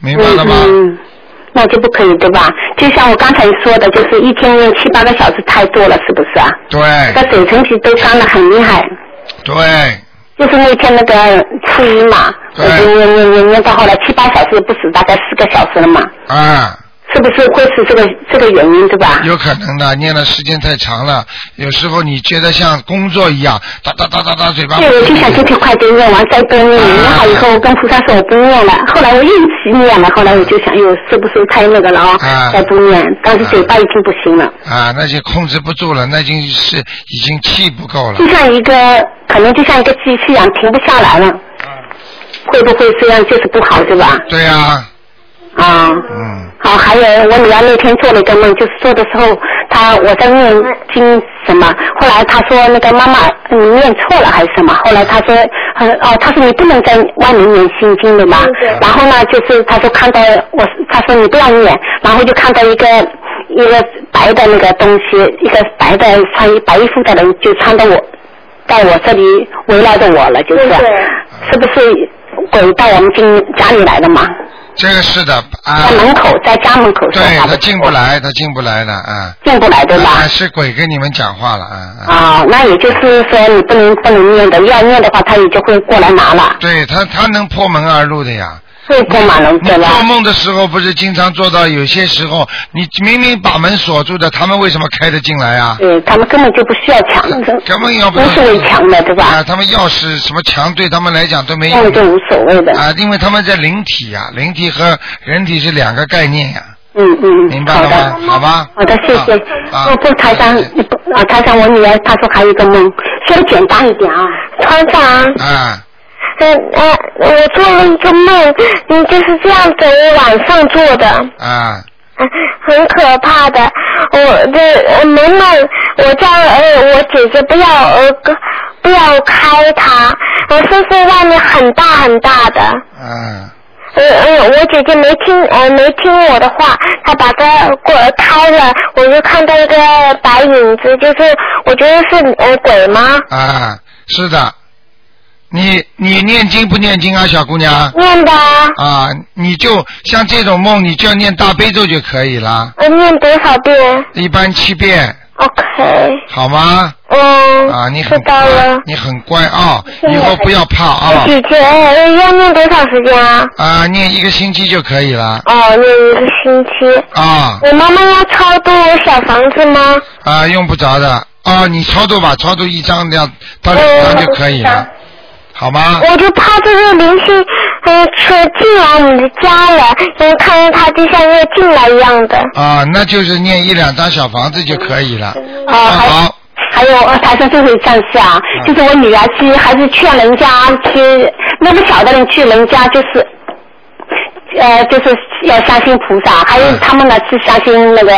明白了吗？嗯嗯那就不可以对吧？就像我刚才说的，就是一天念七八个小时太多了，是不是啊？那对水层级都干了很厉害，对，就是那天那个初一嘛，我对就念念念念到后来七八小时不止，大概四个小时了嘛，啊，是不是会是这个这个原因对吧？有可能的，念的时间太长了，有时候你觉得像工作一样，哒哒哒哒哒，嘴巴不对，我就想今天快点念完再多念，念好以后我跟菩萨说我不念了，后来我又去念了，后来我就想，哟，是不是太那个了哦啊再不念，但是嘴巴已经不行了。啊，那就控制不住了，那已经是已经气不够了就。像一个可能就像一个机器一样停不下来了。会不会这样就是不好对吧？嗯对呀、啊、嗯，好，还有我女儿那天做了一个梦，就是做的时候，她我在念经什么，后来她说那个妈妈你念错了还是什么，后来她说，呃哦，她说你不能在外面念心经的嘛，然后呢就是她说看到我，她说你不要念，然后就看到一个一个白的那个东西，一个白的穿衣白衣服的人就穿到我到我这里围绕着我了，就是，是不是鬼到我们进家里来了嘛？这个是的啊在，门口，在家门口说对话他的，进不来，他进不来的啊。进不来对吧？啊，是鬼跟你们讲话了啊啊！啊、那也就是说你不能不能念的，要念的话他也就会过来拿了，对他，他能破门而入的呀。会过马路你对吧？做梦的时候不是经常做到，有些时候你明明把门锁住的，他们为什么开得进来啊？对他们根本就不需要抢的，根本要不不是围墙的对吧啊，？他们钥匙什么墙对他们来讲都没那用们就的无所谓的，啊，因为他们在灵体呀、灵体和人体是两个概念呀、嗯嗯，明嗯，白好了吗的。？好吧。好的，谢谢。啊哦，不，台长，啊你不啊，台长，我女儿她说还有一个梦，说的简单一点啊。台长啊。嗯呃，我做了一个梦，嗯，就是这样子，我晚上做的，啊嗯很可怕的。我这呃没梦，我叫呃我姐姐不要呃个不要开它，我是在外面很大很大的。啊呃呃，我姐姐没听呃没听我的话，她把它过开了，我就看到一个白影子，就是我觉得是呃鬼吗？啊，是的。你你念经不念经啊，小姑娘？念的啊，啊，你就像这种梦，你就要念大悲咒就可以了，呃念多少遍？一般七遍 OK，好吗？哦嗯，啊，你知很道了。你很乖啊、谢谢以后不要怕啊我、几天哎要念多长时间啊？啊，念一个星期就可以了哦，念一个星期。啊我妈妈要超度我小房子吗？啊，用不着的啊，你超度吧，超度一张两到两张就可以了，好吗？我就怕这个灵性，嗯，车进来你的家了，因为看见它就像要进来一样的。啊，那就是念一两张小房子就可以了。哦，啊、还好，呃还有呃台上最后一上次啊，就是我女儿去，还是劝人家去，那么小的人去人家就是。呃，就是要相信菩萨，还有他们呢是相信那个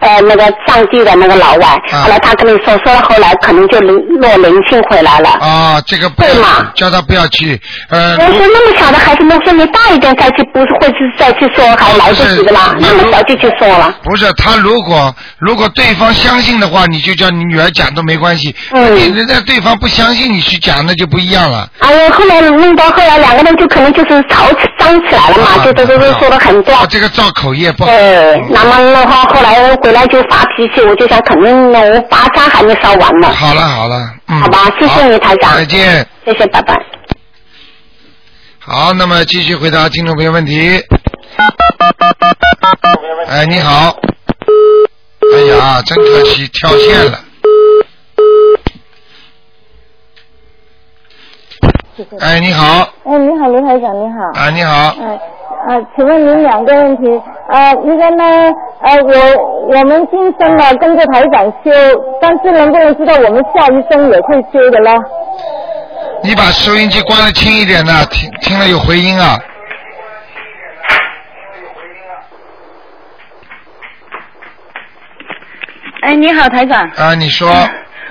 呃那个上帝的那个老外。嗯后来他跟你说，说了后来可能就灵落灵性回来了。啊，这个不对要嘛叫他不要去，呃我，说那么小的孩子，那说你大一点再去，不是会去再去说还来得及的啦？那么小就去说了。不是他如果如果对方相信的话，你就叫你女儿讲都没关系。嗯你人家对方不相信你去讲，那就不一样了。哎呀，后来弄到后来两个人就可能就是吵起伤起来了嘛，就都都都说的很啊掉，这个造口业不好。嗯对，那么的话，后来回来就发脾气，我就想肯定我八张还没烧完呢，好了好了，嗯。好吧谢谢好你台长再见。谢谢，拜拜。好，那么继续回答听众朋友问题。哎，你好。哎呀，真可惜，跳线了。哎，你好，哎，你好，卢台长，你好。啊，你好，哎，呃，请问您两个问题，呃，一个呢，呃，我我们今生呢跟着台长修，但是能不能知道我们下一生也会修的呢？你把收音机关的轻一点呐，听听了有回音啊。哎，你好，台长，啊，你说，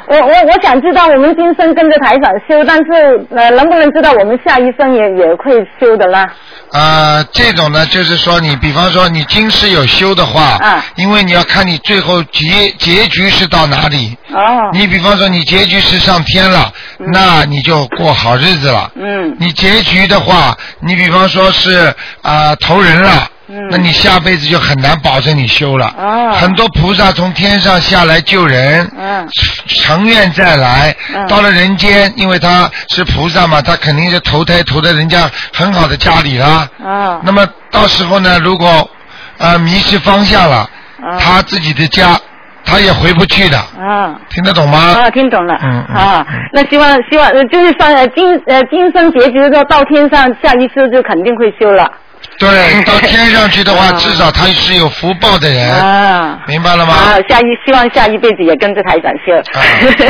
我我我想知道我们今生跟着台长修，但是呃，能不能知道我们下一生也也会修的呢？呃，这种呢，就是说你，比方说你今世有修的话，嗯因为你要看你最后结结局是到哪里，哦，你比方说你结局是上天了，那你就过好日子了。嗯你结局的话，你比方说是啊、投人了。嗯那你下辈子就很难保证你修了。哦很多菩萨从天上下来救人，嗯成愿再来，嗯到了人间，因为他是菩萨嘛，他肯定是投胎投在人家很好的家里啦。哦那么到时候呢，如果呃迷失方向了，哦他自己的家他也回不去的。哦。听得懂吗？啊，听懂了。嗯嗯啊嗯，那希望希望呃就是算呃今呃今生结局到到天上，下一世就肯定会修了。对，到天上去的话，啊至少他是有福报的人，啊。明白了吗啊？，下一希望下一辈子也跟着台长修。啊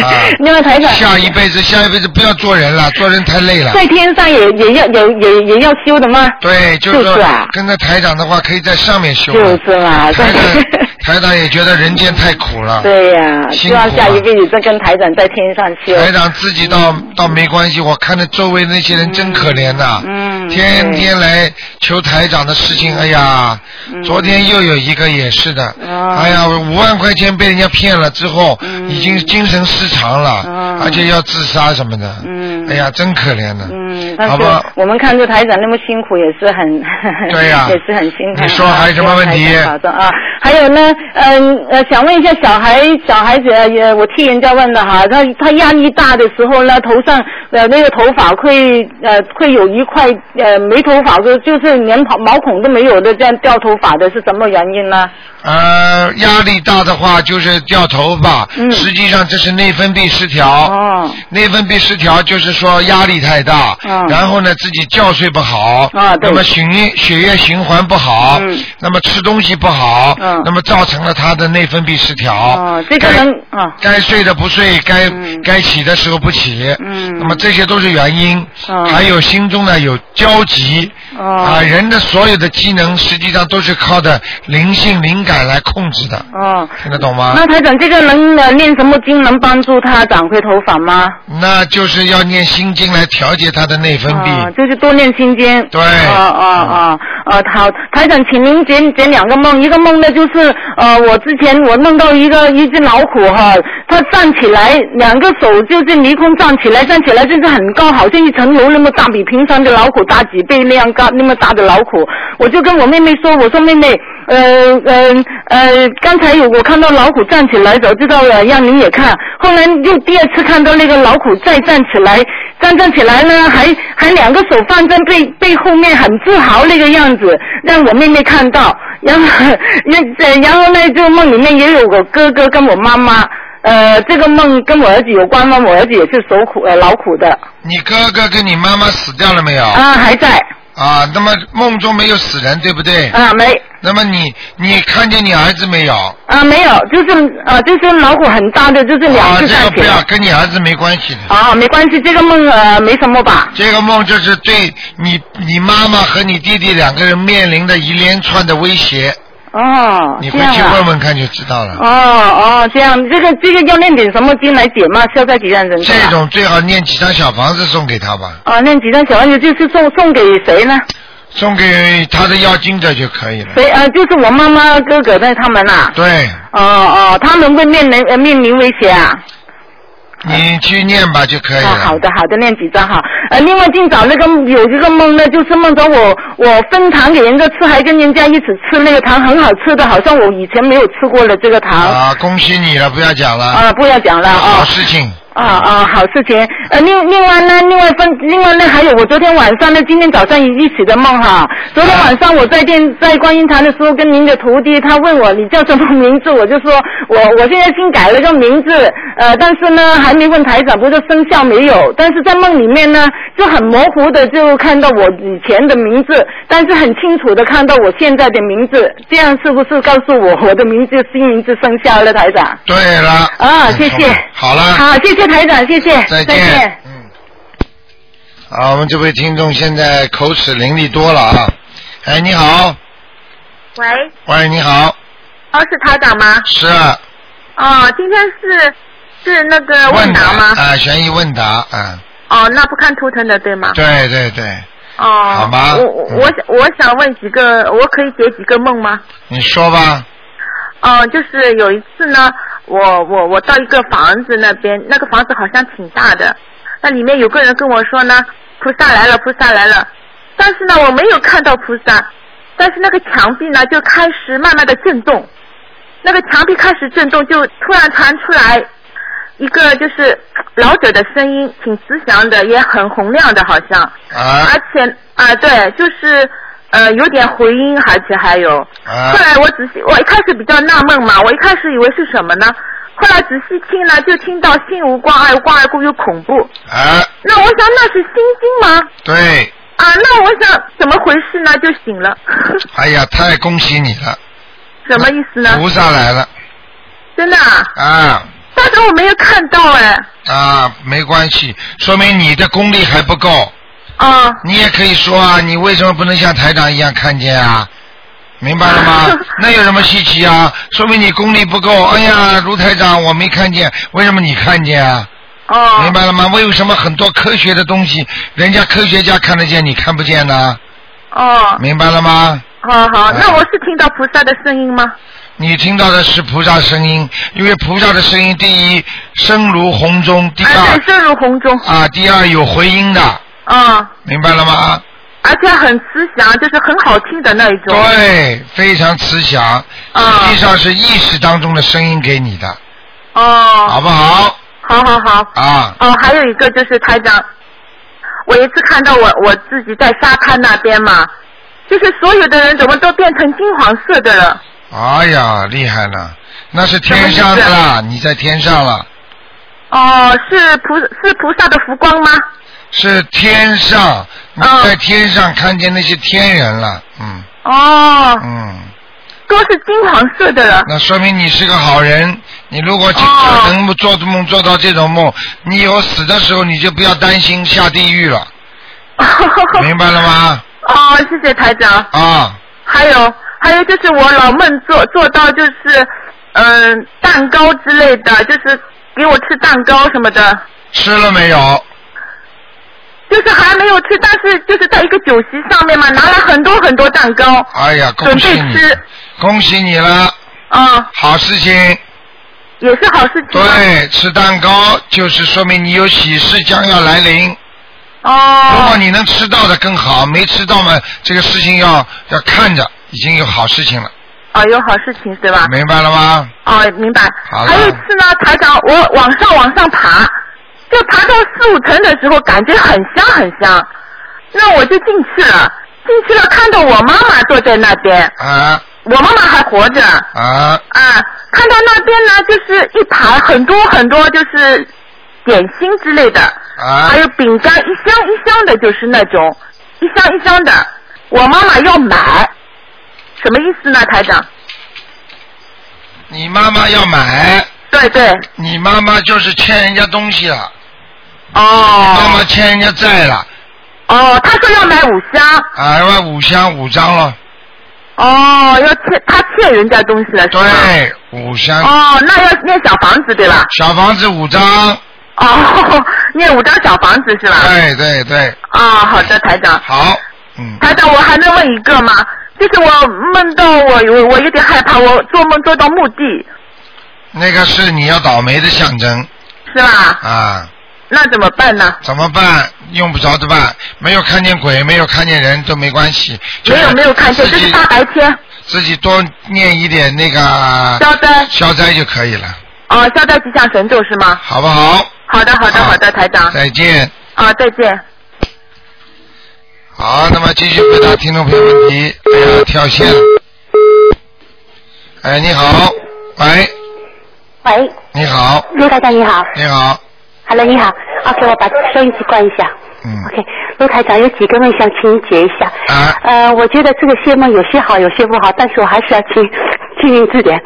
啊 另外台长，下一辈子，啊下一辈子不要做人了，做人太累了。在天上也也要有也也要修的吗？对，就是就是啊说跟着台长的话，可以在上面修啊了。就是嘛， 台对长，台长也觉得人间太苦了。 对呀，辛希苦啊望下一辈子再跟台长在天上修。台长自己嗯倒倒没关系，我看着周围那些人真可怜呐、嗯天对天来求台长的事情，哎呀，嗯昨天又有一个也是的，哦哎呀，五万块钱被人家骗了之后，嗯已经精神失常了，哦而且要自杀什么的，嗯哎呀，真可怜的，嗯， 但好是吧，我们看着台长那么辛苦，也是很 对呀也是很辛苦。你说还有什么问题希望台长保重啊，还有呢，嗯呃，想问一下小孩小孩子，呃，我替人家问的哈，他他压力大的时候呢，头上呃那个头发会呃会有一块呃没头发，就就是连毛毛孔都没有的这样掉头发的是什么原因呢？呃，压力大的话就是掉头发，嗯实际上这是内分泌失调。哦内分泌失调就是说压力太大，嗯然后呢自己觉睡不好，啊对那么血液血液循环不好，嗯那么吃东西不好，嗯那么造成了他的内分泌失调。哦，这个能啊。该睡的不睡，该、嗯该起的时候不起，嗯那么这些都是原因。哦还有心中呢有焦急，哦啊，人的所有的机能实际上都是靠的灵性灵感来控制的，哦，听得懂吗？那台长，这个能呃念什么经能帮助他长回头发吗？那就是啊要念心经来调节他的内分泌。哦，就是多念心经。对哦哦哦，呃，好，台长，请您解解两个梦，一个梦呢就是呃，我之前我梦到一个一只老虎哈，它站起来，两个手就是离空站起来，站起来就是很高，好像一层楼那么大，比平常的老虎大几倍那样高，那么大的老虎，我就跟我妹妹说，我说妹妹。 呃呃呃，刚才有我看到老虎站起来，早知道了让您也看。后来又第二次看到那个老虎再站起来，站站起来呢，还还两个手放在背背后面，很自豪那个样子，让我妹妹看到。然后， 然然后呢，就梦里面也有我哥哥跟我妈妈。呃，这个梦跟我儿子有关吗？我儿子也是受苦呃劳苦的。你哥哥跟你妈妈死掉了没有？啊，还在。啊，那么梦中没有死人，对不对？啊，没。那么你你看见你儿子没有？啊，没有，就是呃，就是老虎很大的，就是两啊，次这站个起不来。要跟你儿子没关系的。啊，没关系，这个梦呃没什么吧？这个梦就是对你你妈妈和你弟弟两个人面临的一连串的威胁，哦，你这回样去啊。问问看就知道了。哦哦，这样，这个这个要念点什么经来解吗？消灾吉祥神咒啊。这种最好念几张小房子送给他吧，啊，念几张小丸子就是送送给谁呢？送给他的要经者就可以了。谁呃，就是我妈妈、哥哥那他们啊。对，哦哦，他们会面临呃面临威胁啊。你去念吧就可以啊，了。好的好的，念几张哈。呃，另外今早那个有一个梦呢，就是梦到我我分糖给人家吃，还跟人家一起吃那个糖，很好吃的，好像我以前没有吃过的这个糖。啊，恭喜你了，不要讲了。啊，不要讲了啊。好事情。啊啊，好事情。呃，另另外呢，另外分，另外呢，还有我昨天晚上呢，今天早上一起的梦哈。昨天晚上我在电在观音堂的时候，跟您的徒弟他问我你叫什么名字，我就说我我现在新改了个名字，呃，但是呢还没问台长，不知道生效没有。但是在梦里面呢，就很模糊的就看到我以前的名字，但是很清楚的看到我现在的名字，这样是不是告诉我我的名字新名字生效了，台长？对了。啊，谢谢。好了。好，谢谢台长，谢谢，啊再见嗯。好，啊我们这位听众现在口齿伶俐多了啊。哎，你好，喂，喂，你好，哦，是台长吗？是啊哦，今天是是那个问答吗？啊，悬疑问答啊，哦，那不看图腾的对啊吗？。对对对，哦。好嗯吗我我我想我想问几个，我可以解几个梦吗？你说吧，哦，就是有一次呢，我我我到一个房子那边，那个房子好像挺大的，那里面有个人跟我说呢，菩萨来了，菩萨来了，但是呢，我没有看到菩萨，但是那个墙壁呢就开始慢慢的震动，那个墙壁开始震动，就突然传出来一个就是老者的声音，挺慈祥的，也很洪亮的，好像，啊而且啊、对，就是呃有点回音，而且还有。啊后来我仔细，我一开始比较纳闷嘛，我一开始以为是什么呢？后来仔细听呢，就听到心无挂碍，挂碍故又恐怖。啊，那我想那是心经吗？对，啊，那我想怎么回事呢？就醒了，哎呀，太恭喜你了，什么意思呢？菩萨来了真的、啊，啊但是我没有看到哎。啊，没关系，说明你的功力还不够。啊。你也可以说啊，你为什么不能像台长一样看见啊？明白了 吗？那有什么稀奇啊？说明你功力不够。哎呀，卢台长，我没看见，为什么你看见啊？哦。明白了吗？为什么很多科学的东西，人家科学家看得见，你看不见呢？哦，明白了吗？好好，哎那我是听到菩萨的声音吗？你听到的是菩萨声音，因为菩萨的声音，第一声如洪钟，第二、啊声如洪钟啊，第二有回音的，啊、明白了吗？而且很慈祥，就是很好听的那一种。啊对，非常慈祥，实际上是意识当中的声音给你的，哦。好不好？好好好。啊哦，还有一个就是台长，我一次看到我我自己在沙滩那边嘛，就是所有的人怎么都变成金黄色的了。哎呀，厉害了，那是天上的啊啦，你在天上了，哦，是菩是菩萨的福光吗？是天上，你嗯在天上看见那些天人了，嗯哦，嗯，都是金黄色的了。哦那说明你是个好人。你如果经常能做梦做到这种梦，你以后死的时候你就不要担心下地狱 了，明白了吗？哦，谢谢台长。啊，还有还有就是我老梦做做到就是嗯、蛋糕之类的，就是给我吃蛋糕什么的。吃了没有？就是还没有吃，但是就是在一个酒席上面嘛，拿了很多很多蛋糕，哎呀，准恭喜备你吃，恭喜你了，啊，好事情。也是好事情。对，吃蛋糕就是说明你有喜事将要来临。哦。如果你能吃到的更好，没吃到嘛，这个事情要要看着，已经有好事情了，啊，有好事情对吧？明白了吗？哦，明白。好了还有一次呢，台长，我往上往上爬，就爬到四五层的时候，感觉很香很香，那我就进去了，进去了，看到我妈妈坐在那边，啊我妈妈还活着。啊啊，看到那边呢，就是一排很多很多，就是点心之类的，啊还有饼干，一箱一箱的，就是那种一箱一箱的。我妈妈要买，什么意思呢，台长？你妈妈要买。对对。你妈妈就是欠人家东西了。哦。妈妈欠人家债了，哦，她说要买五箱，啊，要五箱五张了。哦，要欠她欠人家东西了，对。对，五箱。哦，那要念小房子对吧？小房子五张。哦， 念五张小房子是吧？对对对，啊、好的，台长。好，嗯台长，我还能问一个吗？就是我梦到我我我有点害怕，我做梦做到墓地，那个是你要倒霉的象征是吧？啊。那怎么办呢？怎么办？用不着的办，没有看见鬼，没有看见人都没关系。没有没有看见，这是大白天。自己多念一点那个消灾消灾就可以了，哦，消灾吉祥神咒是吗？好不好？好的好的好的，台长。再见。啊，再见。好，那么继续回答听众朋友问题。哎呀，跳线了。哎，你好，喂，喂，你好，陆台长你好你好， ，Hello 你好，OK 我把收音机关一下。嗯，OK，陆台长有几个问题想请你解一下。啊。呃，我觉得这个谢梦有些好，有些不好，但是我还是要请请您指点。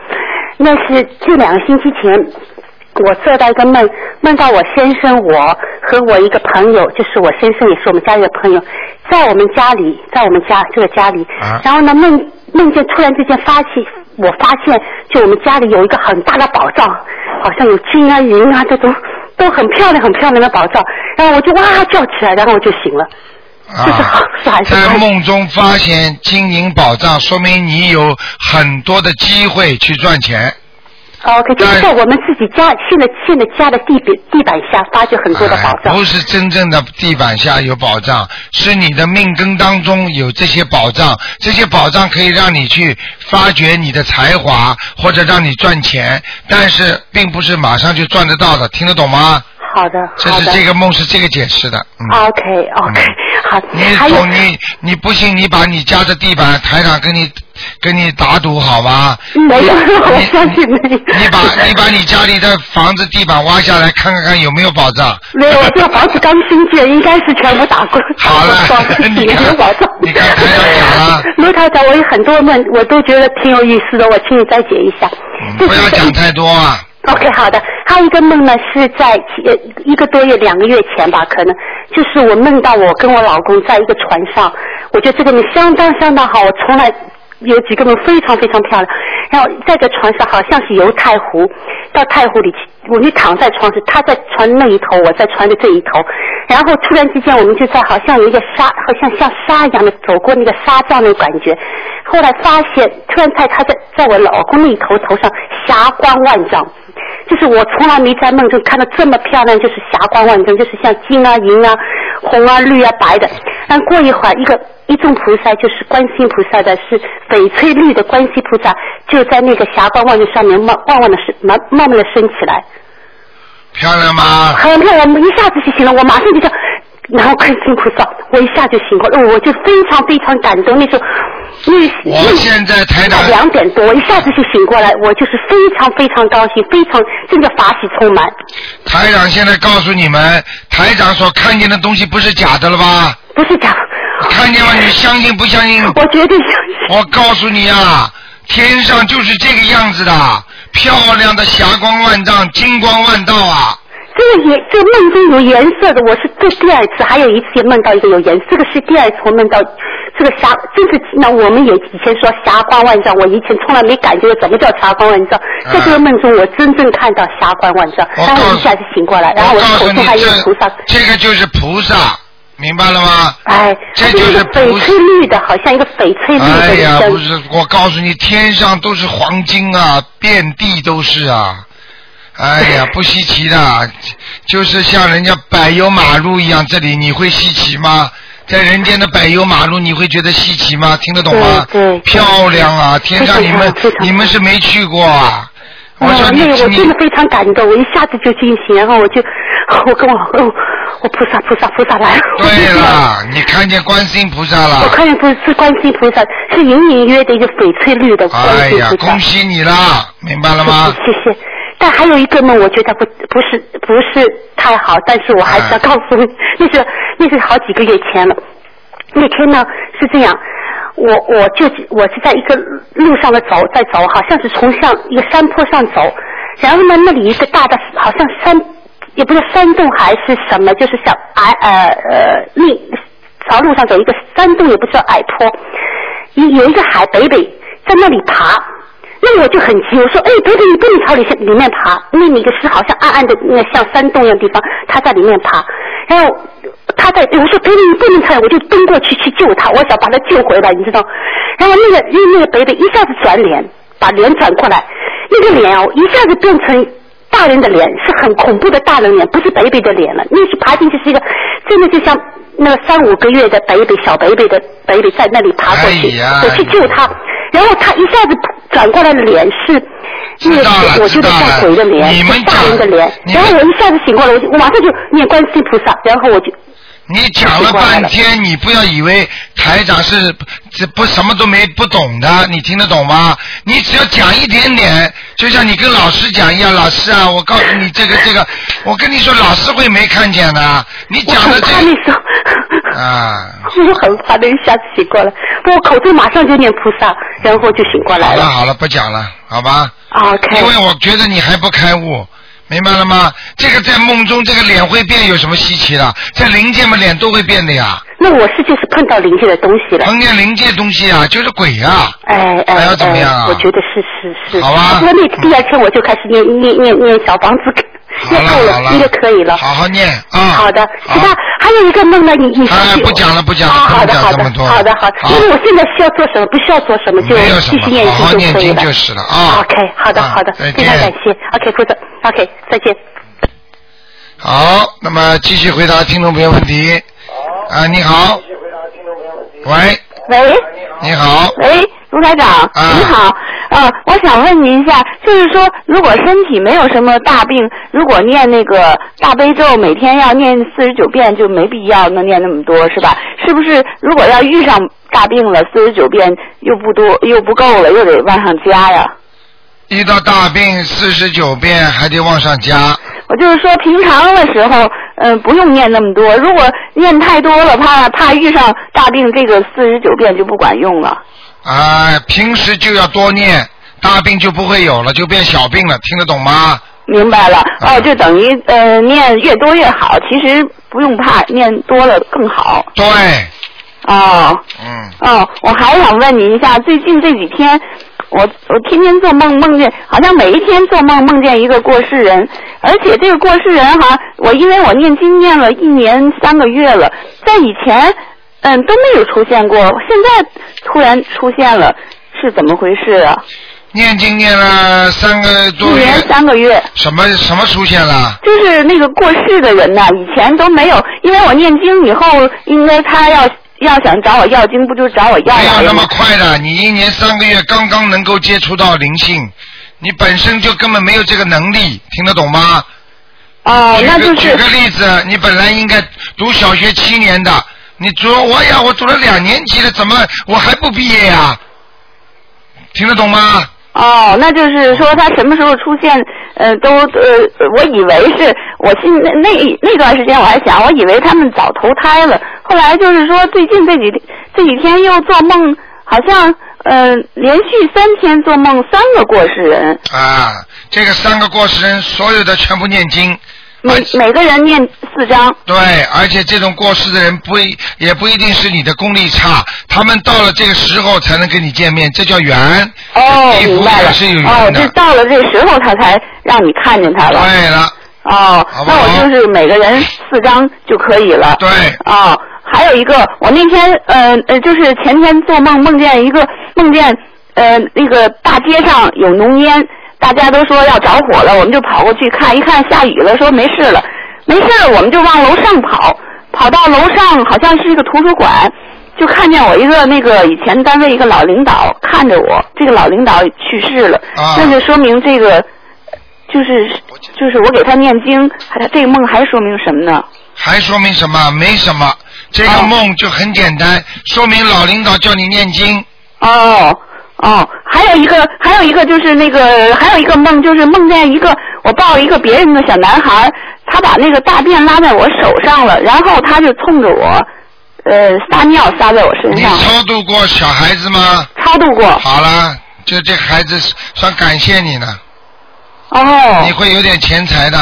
那是这两个星期前，我做到一个梦，梦到我先生我和我一个朋友，就是我先生也是我们家里的朋友，在我们家里，在我们家这个家里，啊然后呢梦梦见突然之间发起，我发现就我们家里有一个很大的宝藏，好像有金啊银啊这种都很漂亮很漂亮的宝藏，然后我就哇叫起来，然后我就醒了， 啊，在梦中发现金银宝藏，说明你有很多的机会去赚钱。哦 OK，就是在我们自己家现在现在家的地板地板下发掘很多的宝哎，不是真正的地板下有宝藏，是你的命根当中有这些宝藏，这些宝藏可以让你去发掘你的才华，或者让你赚钱，但是并不是马上就赚得到的，听得懂吗？好的，这好是的这个梦是这个解释的，嗯。 OK 哦 OK，好，你还有总你你不信，你把你家的地板台长跟你跟你打赌好吗？嗯嗯没有你我相信你你把你把你家里的房子地板挖下来，看看看有没有宝藏。没有，我这个房子刚新建，应该是全部打过。好了，你看，你看台长讲了。卢台长，我有很多问，我都觉得挺有意思的，我请你再解一下。不要讲太多啊。 OK，好的。还有一个梦呢，是在呃一个多月、两个月前吧，可能就是我梦到我跟我老公在一个船上，我觉得这个梦相当相当好，我从来有几个梦非常非常漂亮。然后在这船上好像是游太湖，到太湖里去，我就躺在床上，他在船那一头，我在船的这一头。然后突然之间，我们就在好像有一个沙，好像像沙一样的走过那个沙障那种感觉。后来发现，突然在他在在我老公那一头头上霞光万丈，就是我从来没在梦中看到这么漂亮，就是霞光万丈，就是像金啊、银啊、红啊、绿啊、白的。但过一会儿，一个一众菩萨就是观世音菩萨的，是翡翠绿的观世音菩萨，就在那个霞光万丈上面慢慢慢的升，慢慢慢的升起来。漂亮吗？很漂亮，我一下子就醒了，我马上就叫，然后观世音菩萨，我一下就醒过来，我就非常非常感动。那时候，那我现在台长嗯两点多，我一下子就醒过来，我就是非常非常高兴，非常真的法喜充满。台长现在告诉你们，台长所看见的东西不是假的了吧？不是假。看见吗？你相信不相信？我绝对相信。我告诉你啊，天上就是这个样子的，漂亮的霞光万丈，金光万道啊！这个颜，这个梦中有颜色的，我是这第二次，还有一次也梦到一个有颜色，这个是第二次我梦到这个霞，真是那我们也以前说霞光万丈，我以前从来没感觉到怎么叫霞光万丈，啊在这个梦中我真正看到霞光万丈，然后我一下就醒过来，然后我告头诉上你还有菩萨这这个就是菩萨，明白了吗？哎，这就是翡翠绿的，好像一个翡翠绿的哎一呀，个不是，我告诉你，天上都是黄金啊，遍地都是啊。哎呀，不稀奇的，就是像人家柏油马路一样，这里你会稀奇吗？在人间的柏油马路，你会觉得稀奇吗？听得懂吗？对对对漂亮啊！天上你们你们是没去过啊？我说哦，你那个我你真的非常感动，我一下子就惊醒，然后我就，我跟我我我菩萨菩萨菩萨来了，对了，你看见观世音菩萨我了。看见不是是观世音菩萨，是隐隐约的一个翡翠绿的观哎世音呀，菩萨。恭喜你啦，明白了吗？谢谢谢谢。但还有一个梦，我觉得不不是不是太好，但是我还哎是要告诉你， 那是那是好几个月前了。那天呢是这样，我我就是我是在一个路上的走，在走，好像是从上一个山坡上走，然后呢那里一个大的好像山也不是山洞还是什么，就是小矮呃呃另朝路上走一个山洞，也不知道矮坡，有有一个海北北在那里爬。那我就很急，我说，哎，北北，你不能朝里向里面爬，那里个是好像暗暗的，那像山洞一样的地方，他在里面爬，然后他在，我说北北，你不能跳，我就奔过去去救他，我想把他救回来，你知道，然后那个那那个北北一下子转脸，把脸转过来，那个脸哦，一下子变成大人的脸，是很恐怖的大人脸，不是北北的脸了。那是爬进去是一个，真的就像那个三五个月的北北小北北的北北在那里爬过去，哎呀我去救他，然后他一下子转过来的脸是。那个是我救的像鬼的脸，你们是大人的脸，然后我一下子醒过来，我就我马上就念观世音菩萨，然后我就你讲了半天，你不要以为台长是这不什么都没不懂的，你听得懂吗？你只要讲一点点，就像你跟老师讲一样，老师啊，我告诉你这个这个，我跟你说，老师会没看见的，你讲的这他那时候啊，我很怕的，一下子醒过来，我口中马上就念菩萨，然后就醒过来好了了。好了，不讲了，好吧？ OK 因为我觉得你还不开悟，明白了吗？这个在梦中这个脸会变有什么稀奇的？在灵界嘛，脸都会变的呀。那我是就是碰到灵界的东西了。碰见灵界东西啊，就是鬼啊。哎哎，还要怎么样啊哎我觉得是是是。好啊吧那那第二天我就开始念念念念小房子，念够好了了，那个可以了。好好念啊。好的，其他还有一个梦呢，你你哎不讲了不讲了啊，好不的能讲好的这么多好的好的，那么我现在需要做什么？不需要做什么，就没有什继么续念好好经就可以念经了。就是了啊 OK，好的啊好的，再见非常感谢。OK，副总，OK，再见。好，那么继续回答听众朋友问题。啊，你好。喂，喂，你好。喂， 卢台长，你好，呃，我想问您一下，就是说，如果身体没有什么大病，如果念那个大悲咒，每天要念四十九遍，就没必要能念那么多，是吧？是不是？如果要遇上大病了，四十九遍又不多，又不够了，又得往上加呀？遇到大病四十九遍还得往上加，我就是说，平常的时候，嗯、不用念那么多。如果念太多了，怕怕遇上大病，这个四十九遍就不管用了。啊、平时就要多念，大病就不会有了，就变小病了，听得懂吗？明白了，啊哦，就等于呃念越多越好，其实不用怕，念多了更好。对。哦。嗯。哦，我还想问您一下，最近这几天，我我天天做梦，梦见好像每一天做梦梦见一个过世人，而且这个过世人哈、我因为我念经念了一年三个月了，在以前嗯都没有出现过，现在突然出现了，是怎么回事啊？念经念了三个一多月年，三个月。什么什么出现了？就是那个过世的人呐、以前都没有，因为我念经以后，应该他要要想找我要经，不就找我要没有哎来那了么吗？快的，你一年三个月刚刚能够接触到灵性，你本身就根本没有这个能力，听得懂吗？哦举那个就是举个例子，你本来应该读小学七年的，你读我呀，我读了两年级了，怎么我还不毕业呀、听得懂吗？哦，那就是说他什么时候出现，呃，都呃，我以为是我心那那那段时间我还想，我以为他们早投胎了，后来就是说最近这几天这几天又做梦，好像呃连续三天做梦三个过世人，啊，这个三个过世人，所有的全部念经。每哎每个人念四张。对，而且这种过世的人不一也不一定是你的功力差，他们到了这个时候才能跟你见面，这叫缘。哦，地明府白了也是有。哦缘，的。这到了这时候他才让你看见他了。对了。哦，那我就是每个人四张就可以了。对。哦，还有一个，我那天呃呃，就是前天做梦梦见一个梦见呃那个大街上有浓烟，大家都说要着火了，我们就跑过去看，一看下雨了，说没事了，没事了，我们就往楼上跑，跑到楼上好像是一个图书馆，就看见我一个那个以前单位一个老领导看着我，这个老领导去世了，啊那就说明这个就是就是我给他念经，还这个梦还说明什么呢？还说明什么？没什么，这哦个梦就很简单，说明老领导叫你念经。哦哦，还有一个，还有一个就是那个，还有一个梦，就是梦见一个我抱了一个别人的小男孩，他把那个大便拉在我手上了，然后他就冲着我，呃，撒尿撒在我身你上。超度过小孩子吗？超度过。好了，这这孩子算感谢你呢。哦。你会有点钱财的。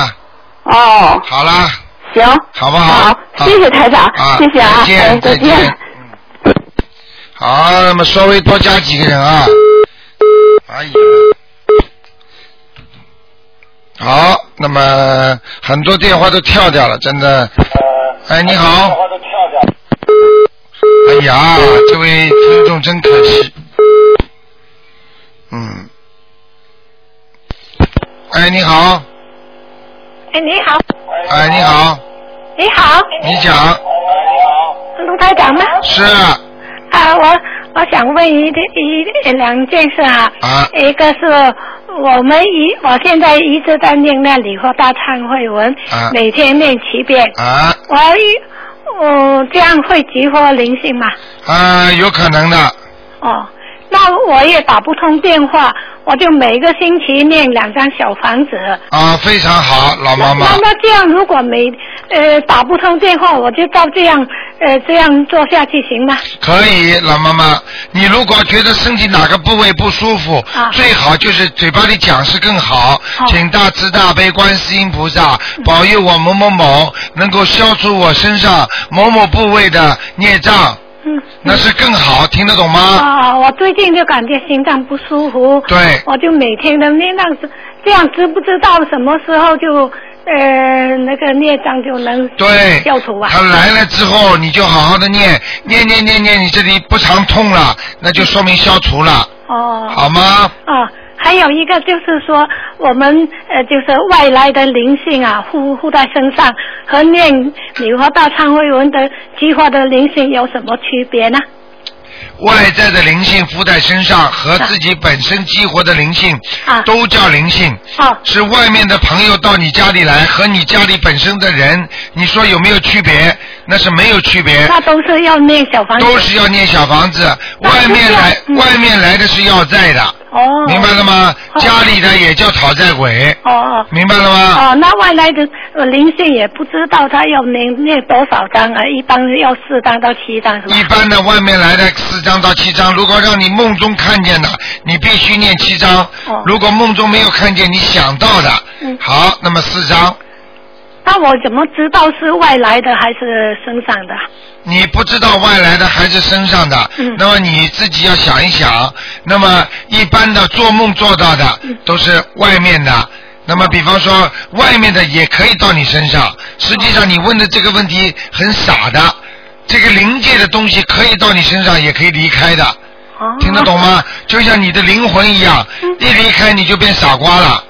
哦。好啦。行。好不好？好谢谢台长啊、谢谢啊再见，哎再再见见。嗯好，那么稍微多加几个人啊。哎呀。好，那么很多电话都跳掉了，真的。哎，你好。哎呀，这位听众真可惜。嗯。哎，你好，哎，你好，哎，你好，你好，你讲卢台长吗？是啊，我我想问一点一两件事啊。啊。一个是我们一我现在一直在念那礼佛大忏悔文，啊每天念七遍。啊我一我这样会激活灵性吗？啊，有可能的，哦，那我也打不通电话，我就每个星期念两张小房子。啊，非常好，老妈妈那。那这样，如果没呃打不通电话，我就照这样呃这样做下去行吗？可以，老妈妈，你如果觉得身体哪个部位不舒服，啊最好就是嘴巴里讲是更好，请大慈大悲观世音菩萨嗯保佑我某某某能够消除我身上某某部位的孽障，嗯。那是更好，听得懂吗？啊、我最近就感觉心脏不舒服。对我就每天的那样子，这样知不知道什么时候就呃那个孽障就能对消除啊？他来了之后，你就好好的念，念念念念，你这里不常痛了，那就说明消除了，哦。好吗？啊，还有一个就是说，我们呃，就是外来的灵性啊，附附在身上，和念礼佛大忏悔文的激活的灵性有什么区别呢？外在的灵性附在身上和自己本身激活的灵性，啊都叫灵性。是外面的朋友到你家里来和你家里本身的人，你说有没有区别？那是没有区别。那都是要念小房子。都是要念小房子，外面来、外面来的是要债的，嗯哦。明白了吗？家里的也叫讨债鬼，哦哦。明白了吗？哦，那外来的呃灵性也不知道他要念念多少张啊，一般要四张到七张是吧？一般的外面来的四张到七张，如果让你梦中看见的，你必须念七张；如果梦中没有看见，你想到的，嗯好，那么四张。那我怎么知道是外来的还是身上的？你不知道外来的还是身上的，那么你自己要想一想。那么一般的做梦做到的都是外面的，那么比方说外面的也可以到你身上。实际上你问的这个问题很傻的，这个灵界的东西可以到你身上，也可以离开的， 听得懂吗？就像你的灵魂一样，嗯一离开你就变傻瓜了，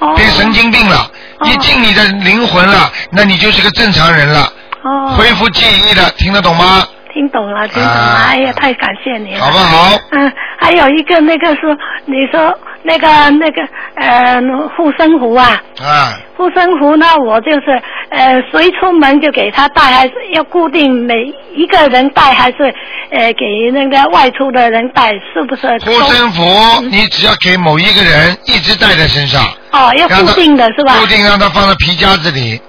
哦变神经病了。一进你的灵魂了，那你就是个正常人了。哦。恢复记忆的，听得懂吗？听懂了，听懂了，啊哎呀，太感谢你了，好不好？嗯，还有一个那个是你说那个那个呃护身符啊，啊，护身符呢，我就是呃谁出门就给他带，还是要固定每一个人带，还是呃给那个外出的人带，是不是？护身符你只要给某一个人一直带在身上，哦，要让固他定的是吧？固定让他放在皮夹子里，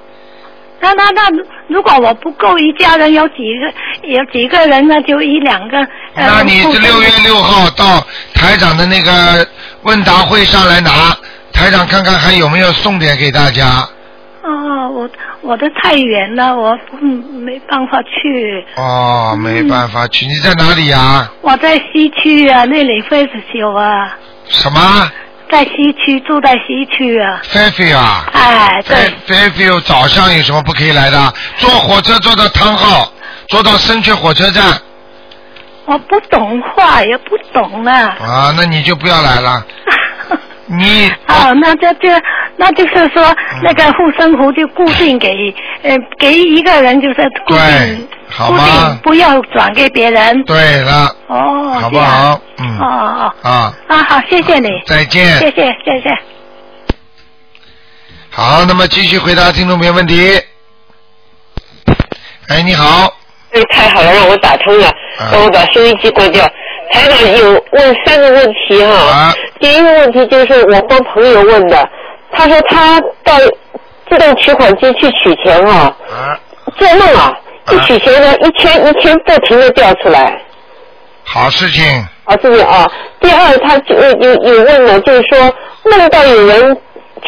那那那，如果我不够一家人，有几个有几个人呢？就一两个。呃、那你固定的六月六号到台长的那个问答会上来拿，台长看看还有没有送点给大家。哦，我我的太远了，我嗯没办法去。哦，没办嗯法去，你在哪里呀、我在西区啊，那里会修啊。什么？在西区，住在西区啊。菲菲啊，哎，对，菲菲哦早上有什么不可以来的？坐火车坐到汤号，坐到深圳火车站我不懂话，也不懂啊。啊，那你就不要来了。你嗯哦，那这这，那就是说，那个护身符就固定给，呃，给一个人就是固定，好固吗定？不要转给别人。对了，哦，好不这样？好？嗯哦哦啊，哦，啊好，谢谢你，再见。谢谢谢谢。好，那么继续回答听众朋友问题。哎，你好，哎，太好了，让我打通了，啊让我把收音机关掉。台长有问三个问题哈、啊第一个问题就是我帮朋友问的，他说他到自动取款机去取钱哈、啊做梦啊，一取钱呢，一千一千不停的掉出来。好事情，啊，这个啊。第二，他就有有有问了，就是说梦到有人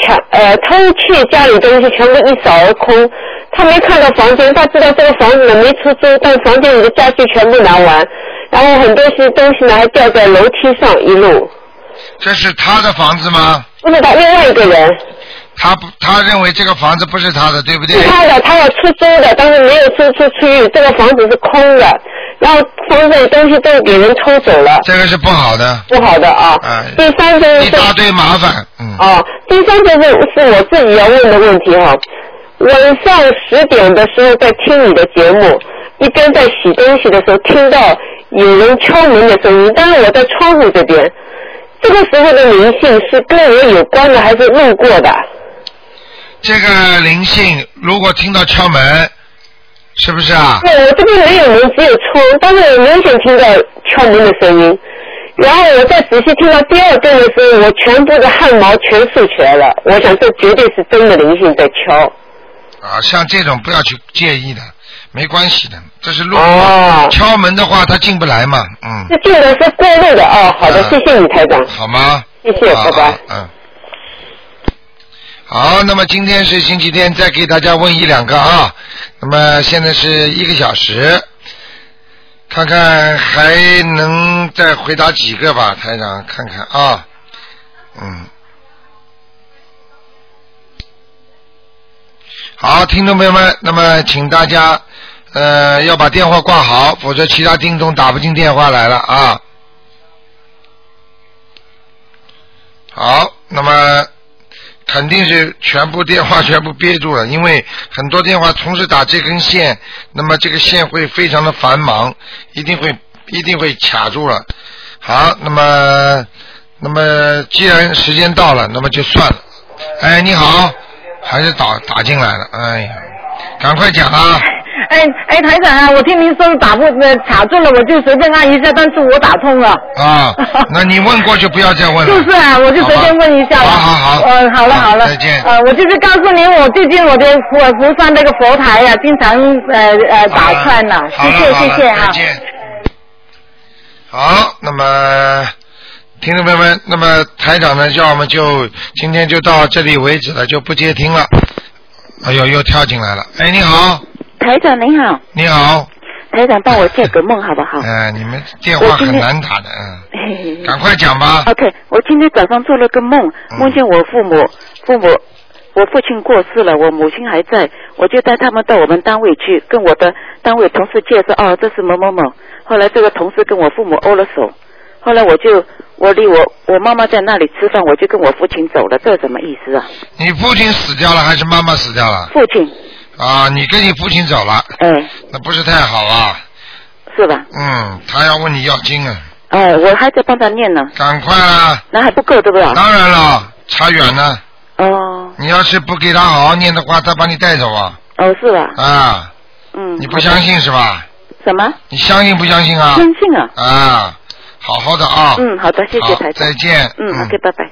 抢呃偷窃家里东西，全部一扫而空。他没看到房间，他知道这个房子呢没出租，但房间里的家具全部拿完，然后很多些东西呢还掉在楼梯上一路。这是他的房子吗？不知道嗯另外一个人他不，他认为这个房子不是他的，对不对是？他的，他要出租的，但是没有租出去，这个房子是空的，然后房子里东西都给人抽走了，这个是不好的，不好的啊。哎，第三个一大堆麻烦，嗯，哦，第三个是是我自己要问的问题哈、晚上十点的时候在听你的节目，一边在洗东西的时候听到有人敲门的声音，当然我在窗户这边。这个时候的灵性是跟我有关的，还是路过的？这个灵性如果听到敲门，是不是啊？对，我这边没有门，只有窗，但是我明显听到敲门的声音。然后我再仔细听到第二遍的时候，我全部的汗毛全竖起来了。我想这绝对是真的灵性在敲。啊，像这种不要去介意的，没关系的，这是路过、哦敲门的话，他进不来嘛，嗯，这进的是过路的啊、好的，啊谢谢你台长，好吗？谢谢，啊拜拜。啊嗯。好，那么今天是星期天，再给大家问一两个啊。那么现在是一个小时，看看还能再回答几个吧，台长，看看啊。嗯。好，听众朋友们，那么请大家呃要把电话挂好，否则其他听众打不进电话来了啊。好，那么肯定是全部电话全部憋住了，因为很多电话同时打这根线，那么这个线会非常的繁忙，一定会一定会卡住了。好，那么那么既然时间到了，那么就算了。哎，你好，还是打打进来了，哎呀，赶快讲啊！ 哎哎，台长啊，我听您说打不呃卡住了，我就随便按一下，但是我打通了。 啊，那你问过就不要再问了。就是啊，我就随便问一下了。好好好。嗯，好了好了。再见呃，我就是告诉您，我最近我的佛佛山那个佛台呀、啊，经常呃呃打串了，谢好谢了好谢了谢啊再。见。好，那么听众朋友们，那么台长呢，叫我们就今天就到这里为止了，就不接听了。哎呦，又跳进来了。哎，你好，台长您好，你好，台长帮我做个梦好不好？哎、你们电话很难打的，嗯，赶快讲吧。 OK，我今天早上做了个梦，梦见我父母，父母，我父亲过世了，我母亲还在，我就带他们 到我们单位去，跟我的单位同事介绍，哦，这是某某某。后来这个同事跟我父母握了手，后来我就我离我我妈妈在那里吃饭，我就跟我父亲走了，这什么意思啊？你父亲死掉了还是妈妈死掉了？父亲啊，你跟你父亲走了。嗯。那不是太好啊。是吧？嗯，他要问你要经啊。哎，我还在帮他念呢。赶快啊！那还不够对不对？当然了，差远了。哦。你要是不给他好好念的话，他把你带走啊！哦，是吧？啊，嗯。你不相信是吧？什么？你相信不相信啊相？信啊。啊，好好的啊。嗯，好的，谢谢好台长。再见。嗯，OK，拜拜。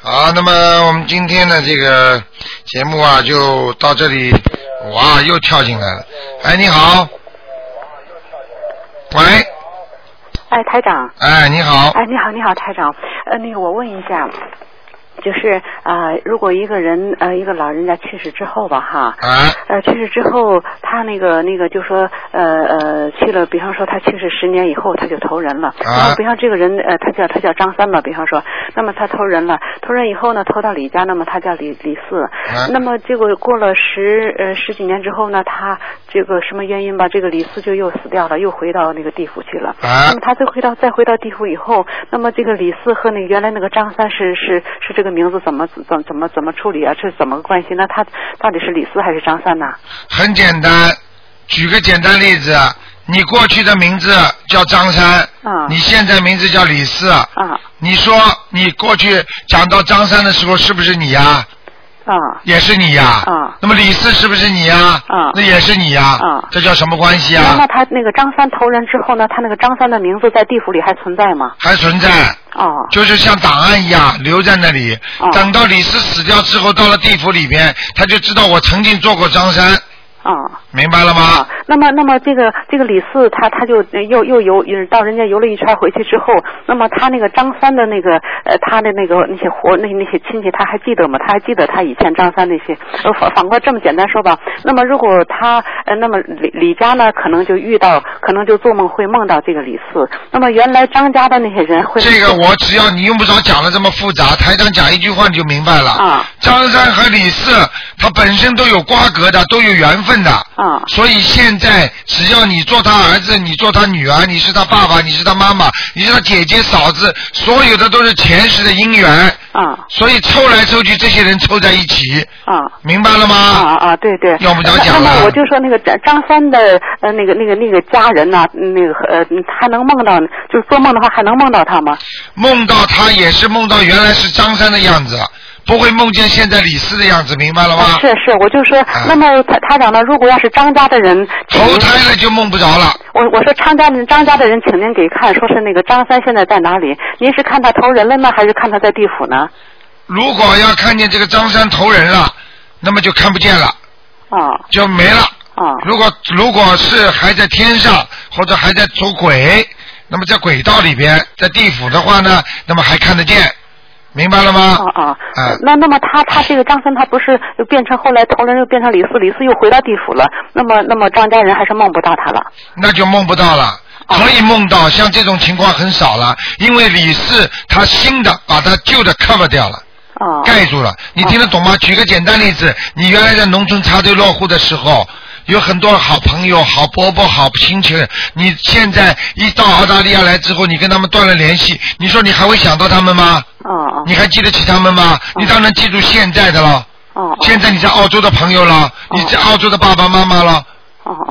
好，那么我们今天的这个节目啊，就到这里。哇，又跳进来了。哎，你好。喂，哎，台长。哎，你好。哎，你好，你好，台长。呃，那个，我问一下，就是呃，如果一个人呃，一个老人家去世之后吧，哈，呃，去世之后，他那个那个就说呃呃，去了，比方说他去世十年以后，他就投人了。啊然后比方这个人呃，他叫他叫张三吧，比方说，那么他投人了，投人以后呢，投到李家，那么他叫李李四，啊那么结果过了十呃十几年之后呢，他这个什么原因吧，这个李四就又死掉了，又回到那个地府去了。啊那么他再回到再回到地府以后，那么这个李四和那个原来那个张三是是是这个名字怎么怎怎么怎么处理啊？这是怎么个关系？那他到底是李四还是张三呢、很简单，举个简单例子，啊你过去的名字叫张三，啊你现在名字叫李四，啊，你说你过去讲到张三的时候是不是你呀、啊，也是你呀、啊那么李四是不是你呀、啊那也是你呀、啊这叫什么关系那啊么？他那个张三投人之后呢，他那个张三的名字在地府里还存在吗？还存在。哦，就是像档案一样留在那里，等到李四死掉之后，到了地府里边，他就知道我曾经做过张三，啊、明白了吗？那么，那么这个这个李四他他就呃又又游呃到人家游了一圈回去之后，那么他那个张三的那个呃他的那个那些活那那些亲戚他还记得吗？他还记得他以前张三那些？呃反反过来这么简单说吧，那么如果他呃那么李李家呢，可能就遇到可能就做梦会梦到这个李四，那么原来张家的那些人会这个我只要你用不着讲的这么复杂，台长讲一句话你就明白了。啊张三和李四他本身都有瓜葛的，都有缘分的。啊所以现在只要你做他儿子，你做他女儿，你是他爸爸，你是他妈妈，你是他姐姐、嫂子，所有的都是前世的姻缘。啊。所以凑来凑去，这些人凑在一起。啊。明白了吗？啊啊，对对。用不着那讲那么我了。就说那个张张三的呃那个那个那个家人呐、那个呃还能梦到，就是做梦的话还能梦到他吗？梦到他也是梦到原来是张三的样子，不会梦见现在李四的样子，明白了吗？是是，我就说，啊那么他他讲呢，如果要是张家的人投胎了就梦不着了。我我说张家的张家的人，请您给看，说是那个张三现在在哪里？您是看他投人了呢，还是看他在地府呢？如果要看见这个张三投人了，那么就看不见了，哦啊就没了。啊如果如果是还在天上或者还在走轨，那么在轨道里边，在地府的话呢，那么还看得见，明白了吗？啊啊！啊、那那么他他这个张三他不是又变成后来投人又变成李四，李四又回到地府了，那么那么张家人还是梦不到他了。那就梦不到了。哦可以梦到，像这种情况很少了，因为李四他新的把他旧的 cover 掉了。哦盖住了，你听得懂吗？举个简单例子，你原来在农村插队落户的时候，有很多好朋友、好伯伯、好亲戚。你现在一到澳大利亚来之后，你跟他们断了联系，你说你还会想到他们吗？哦你还记得起他们吗？你当然记住现在的了。哦。现在你在澳洲的朋友了，你在澳洲的爸爸妈妈了。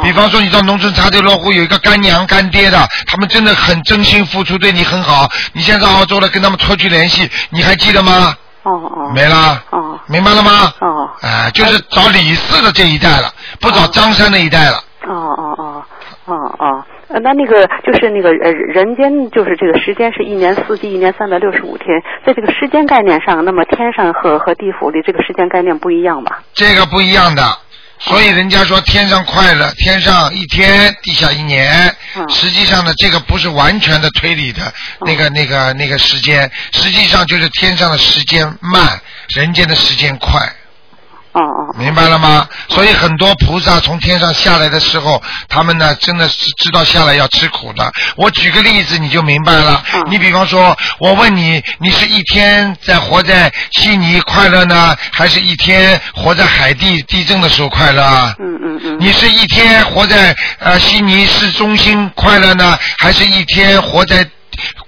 比方说，你到农村插队落户，有一个干娘干爹的，他们真的很真心付出，对你很好。你现在在澳洲了，跟他们脱去联系，你还记得吗？哦哦。没啦。哦。明白了吗？哦。啊，就是找李四的这一代了，不找张三那一代了。哦哦哦哦哦，呃那那个就是那个呃，人间就是这个时间是一年四季，一年三百六十五天，在这个时间概念上，那么天上和和地府里这个时间概念不一样吧？这个不一样的。所以人家说天上快乐，天上一天，地下一年。嗯实际上呢，这个不是完全的推理的那个、那个、那个时间，实际上就是天上的时间慢，人间的时间快。哦哦。明白了吗？所以很多菩萨从天上下来的时候，他们呢真的是知道下来要吃苦的。我举个例子你就明白了。嗯你比方说，我问你，你是一天在活在悉尼快乐呢，还是一天活在海地地震的时候快乐啊？嗯嗯嗯。你是一天活在呃悉尼市中心快乐呢，还是一天活在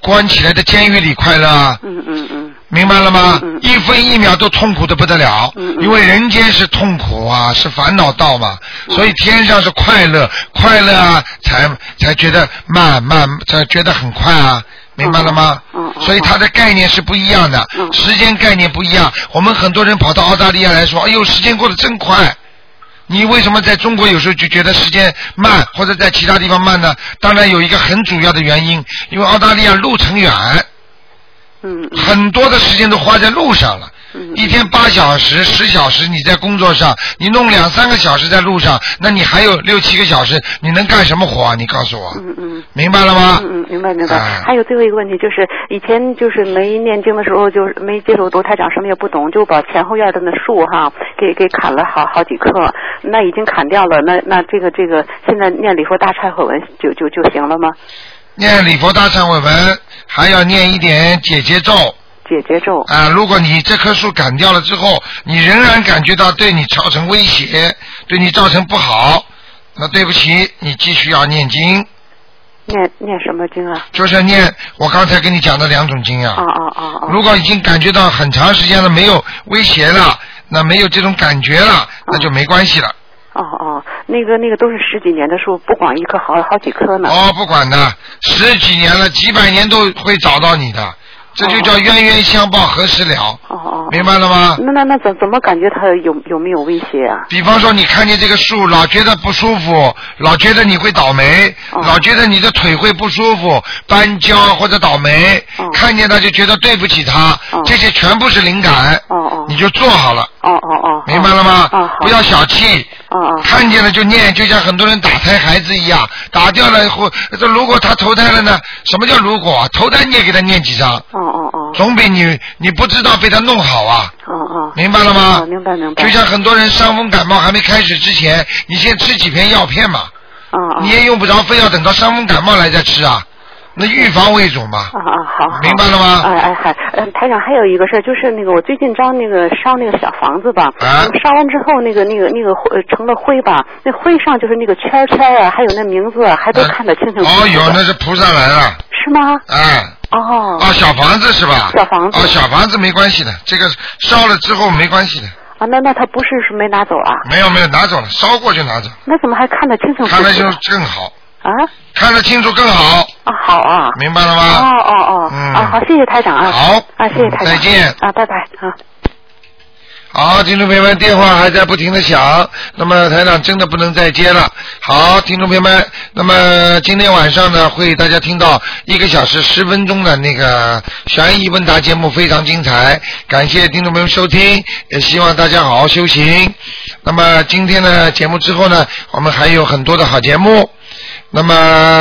关起来的监狱里快乐啊？嗯嗯嗯。嗯明白了吗？一分一秒都痛苦的不得了，因为人间是痛苦啊，是烦恼道嘛，嗯所以天上是快乐，快乐啊，才才觉得慢慢，才觉得很快啊，明白了吗？嗯所以它的概念是不一样的，时间概念不一样。我们很多人跑到澳大利亚来说，哎呦，时间过得真快。你为什么在中国有时候就觉得时间慢，或者在其他地方慢呢？当然有一个很主要的原因，因为澳大利亚路程远，嗯，很多的时间都花在路上了。一天八小时、十小时你在工作上，你弄两三个小时在路上，那你还有六七个小时，你能干什么活啊？你告诉我，嗯嗯，明白了吗？嗯嗯，明白明白。还有最后一个问题就是，以前就是没念经的时候，就是没接触读台长，什么也不懂，就把前后院的那树哈给给砍了好好几棵，那已经砍掉了，那那这个这个现在念礼佛大忏悔文就就就行了吗？念礼佛大忏悔文，还要念一点解结咒。解结咒。啊，如果你这棵树砍掉了之后，你仍然感觉到对你造成威胁，对你造成不好，那对不起，你继续要念经，念念什么经啊？就是念我刚才跟你讲的两种经啊。哦哦哦哦。如果已经感觉到很长时间了没有威胁了，那没有这种感觉了，那就没关系了。哦哦，那个那个都是十几年的树，不光一棵，好好几棵呢。哦，不管的，十几年了，几百年都会找到你的，这就叫冤冤相报何时了。哦哦，明白了吗那那那怎怎么感觉它有有没有威胁啊？比方说，你看见这个树，老觉得不舒服，老觉得你会倒霉，哦老觉得你的腿会不舒服、搬胶或者倒霉，哦看见它就觉得对不起它，这些全部是灵感，你就做好了。哦哦哦，明白了吗？哦好哦不要小气。看见了就念，就像很多人打胎孩子一样，打掉了以后，这如果他投胎了呢？什么叫如果啊？投胎你也给他念几张。哦哦哦。总比你你不知道被他弄好啊。哦哦，明白了吗哦明白明白。就像很多人伤风感冒还没开始之前，你先吃几片药片嘛。哦你也用不着非要等到伤风感冒来再吃啊，那预防为主嘛。啊啊好好，明白了吗哎哎嗨，呃台长还有一个事儿，就是那个我最近招那个烧那个小房子吧，啊嗯烧完之后那个那个那个灰呃成了灰吧，那灰上就是那个圈儿圈儿啊，还有那名字啊还都看得清清楚楚。哦，有那是菩萨来了，是吗？哎。哦。哦，小房子是吧？小房子哦，小房子没关系的，这个烧了之后没关系的，啊，那那他不是是没拿走啊？没有没有，拿走了，烧过就拿 走，那怎么还看得清清楚楚？看得清更好，啊？看得清楚更好。啊，好啊。明白了吗？哦哦哦，啊好，谢谢台长啊。好啊，谢谢台长。再见啊，拜拜啊。好，听众朋友们，电话还在不停的响，那么台长真的不能再接了。好，听众朋友们，那么今天晚上呢，会大家听到一个小时十分钟的那个悬疑问答节目，非常精彩。感谢听众朋友收听，也希望大家好好修行。那么今天呢，节目之后呢，我们还有很多的好节目。那么。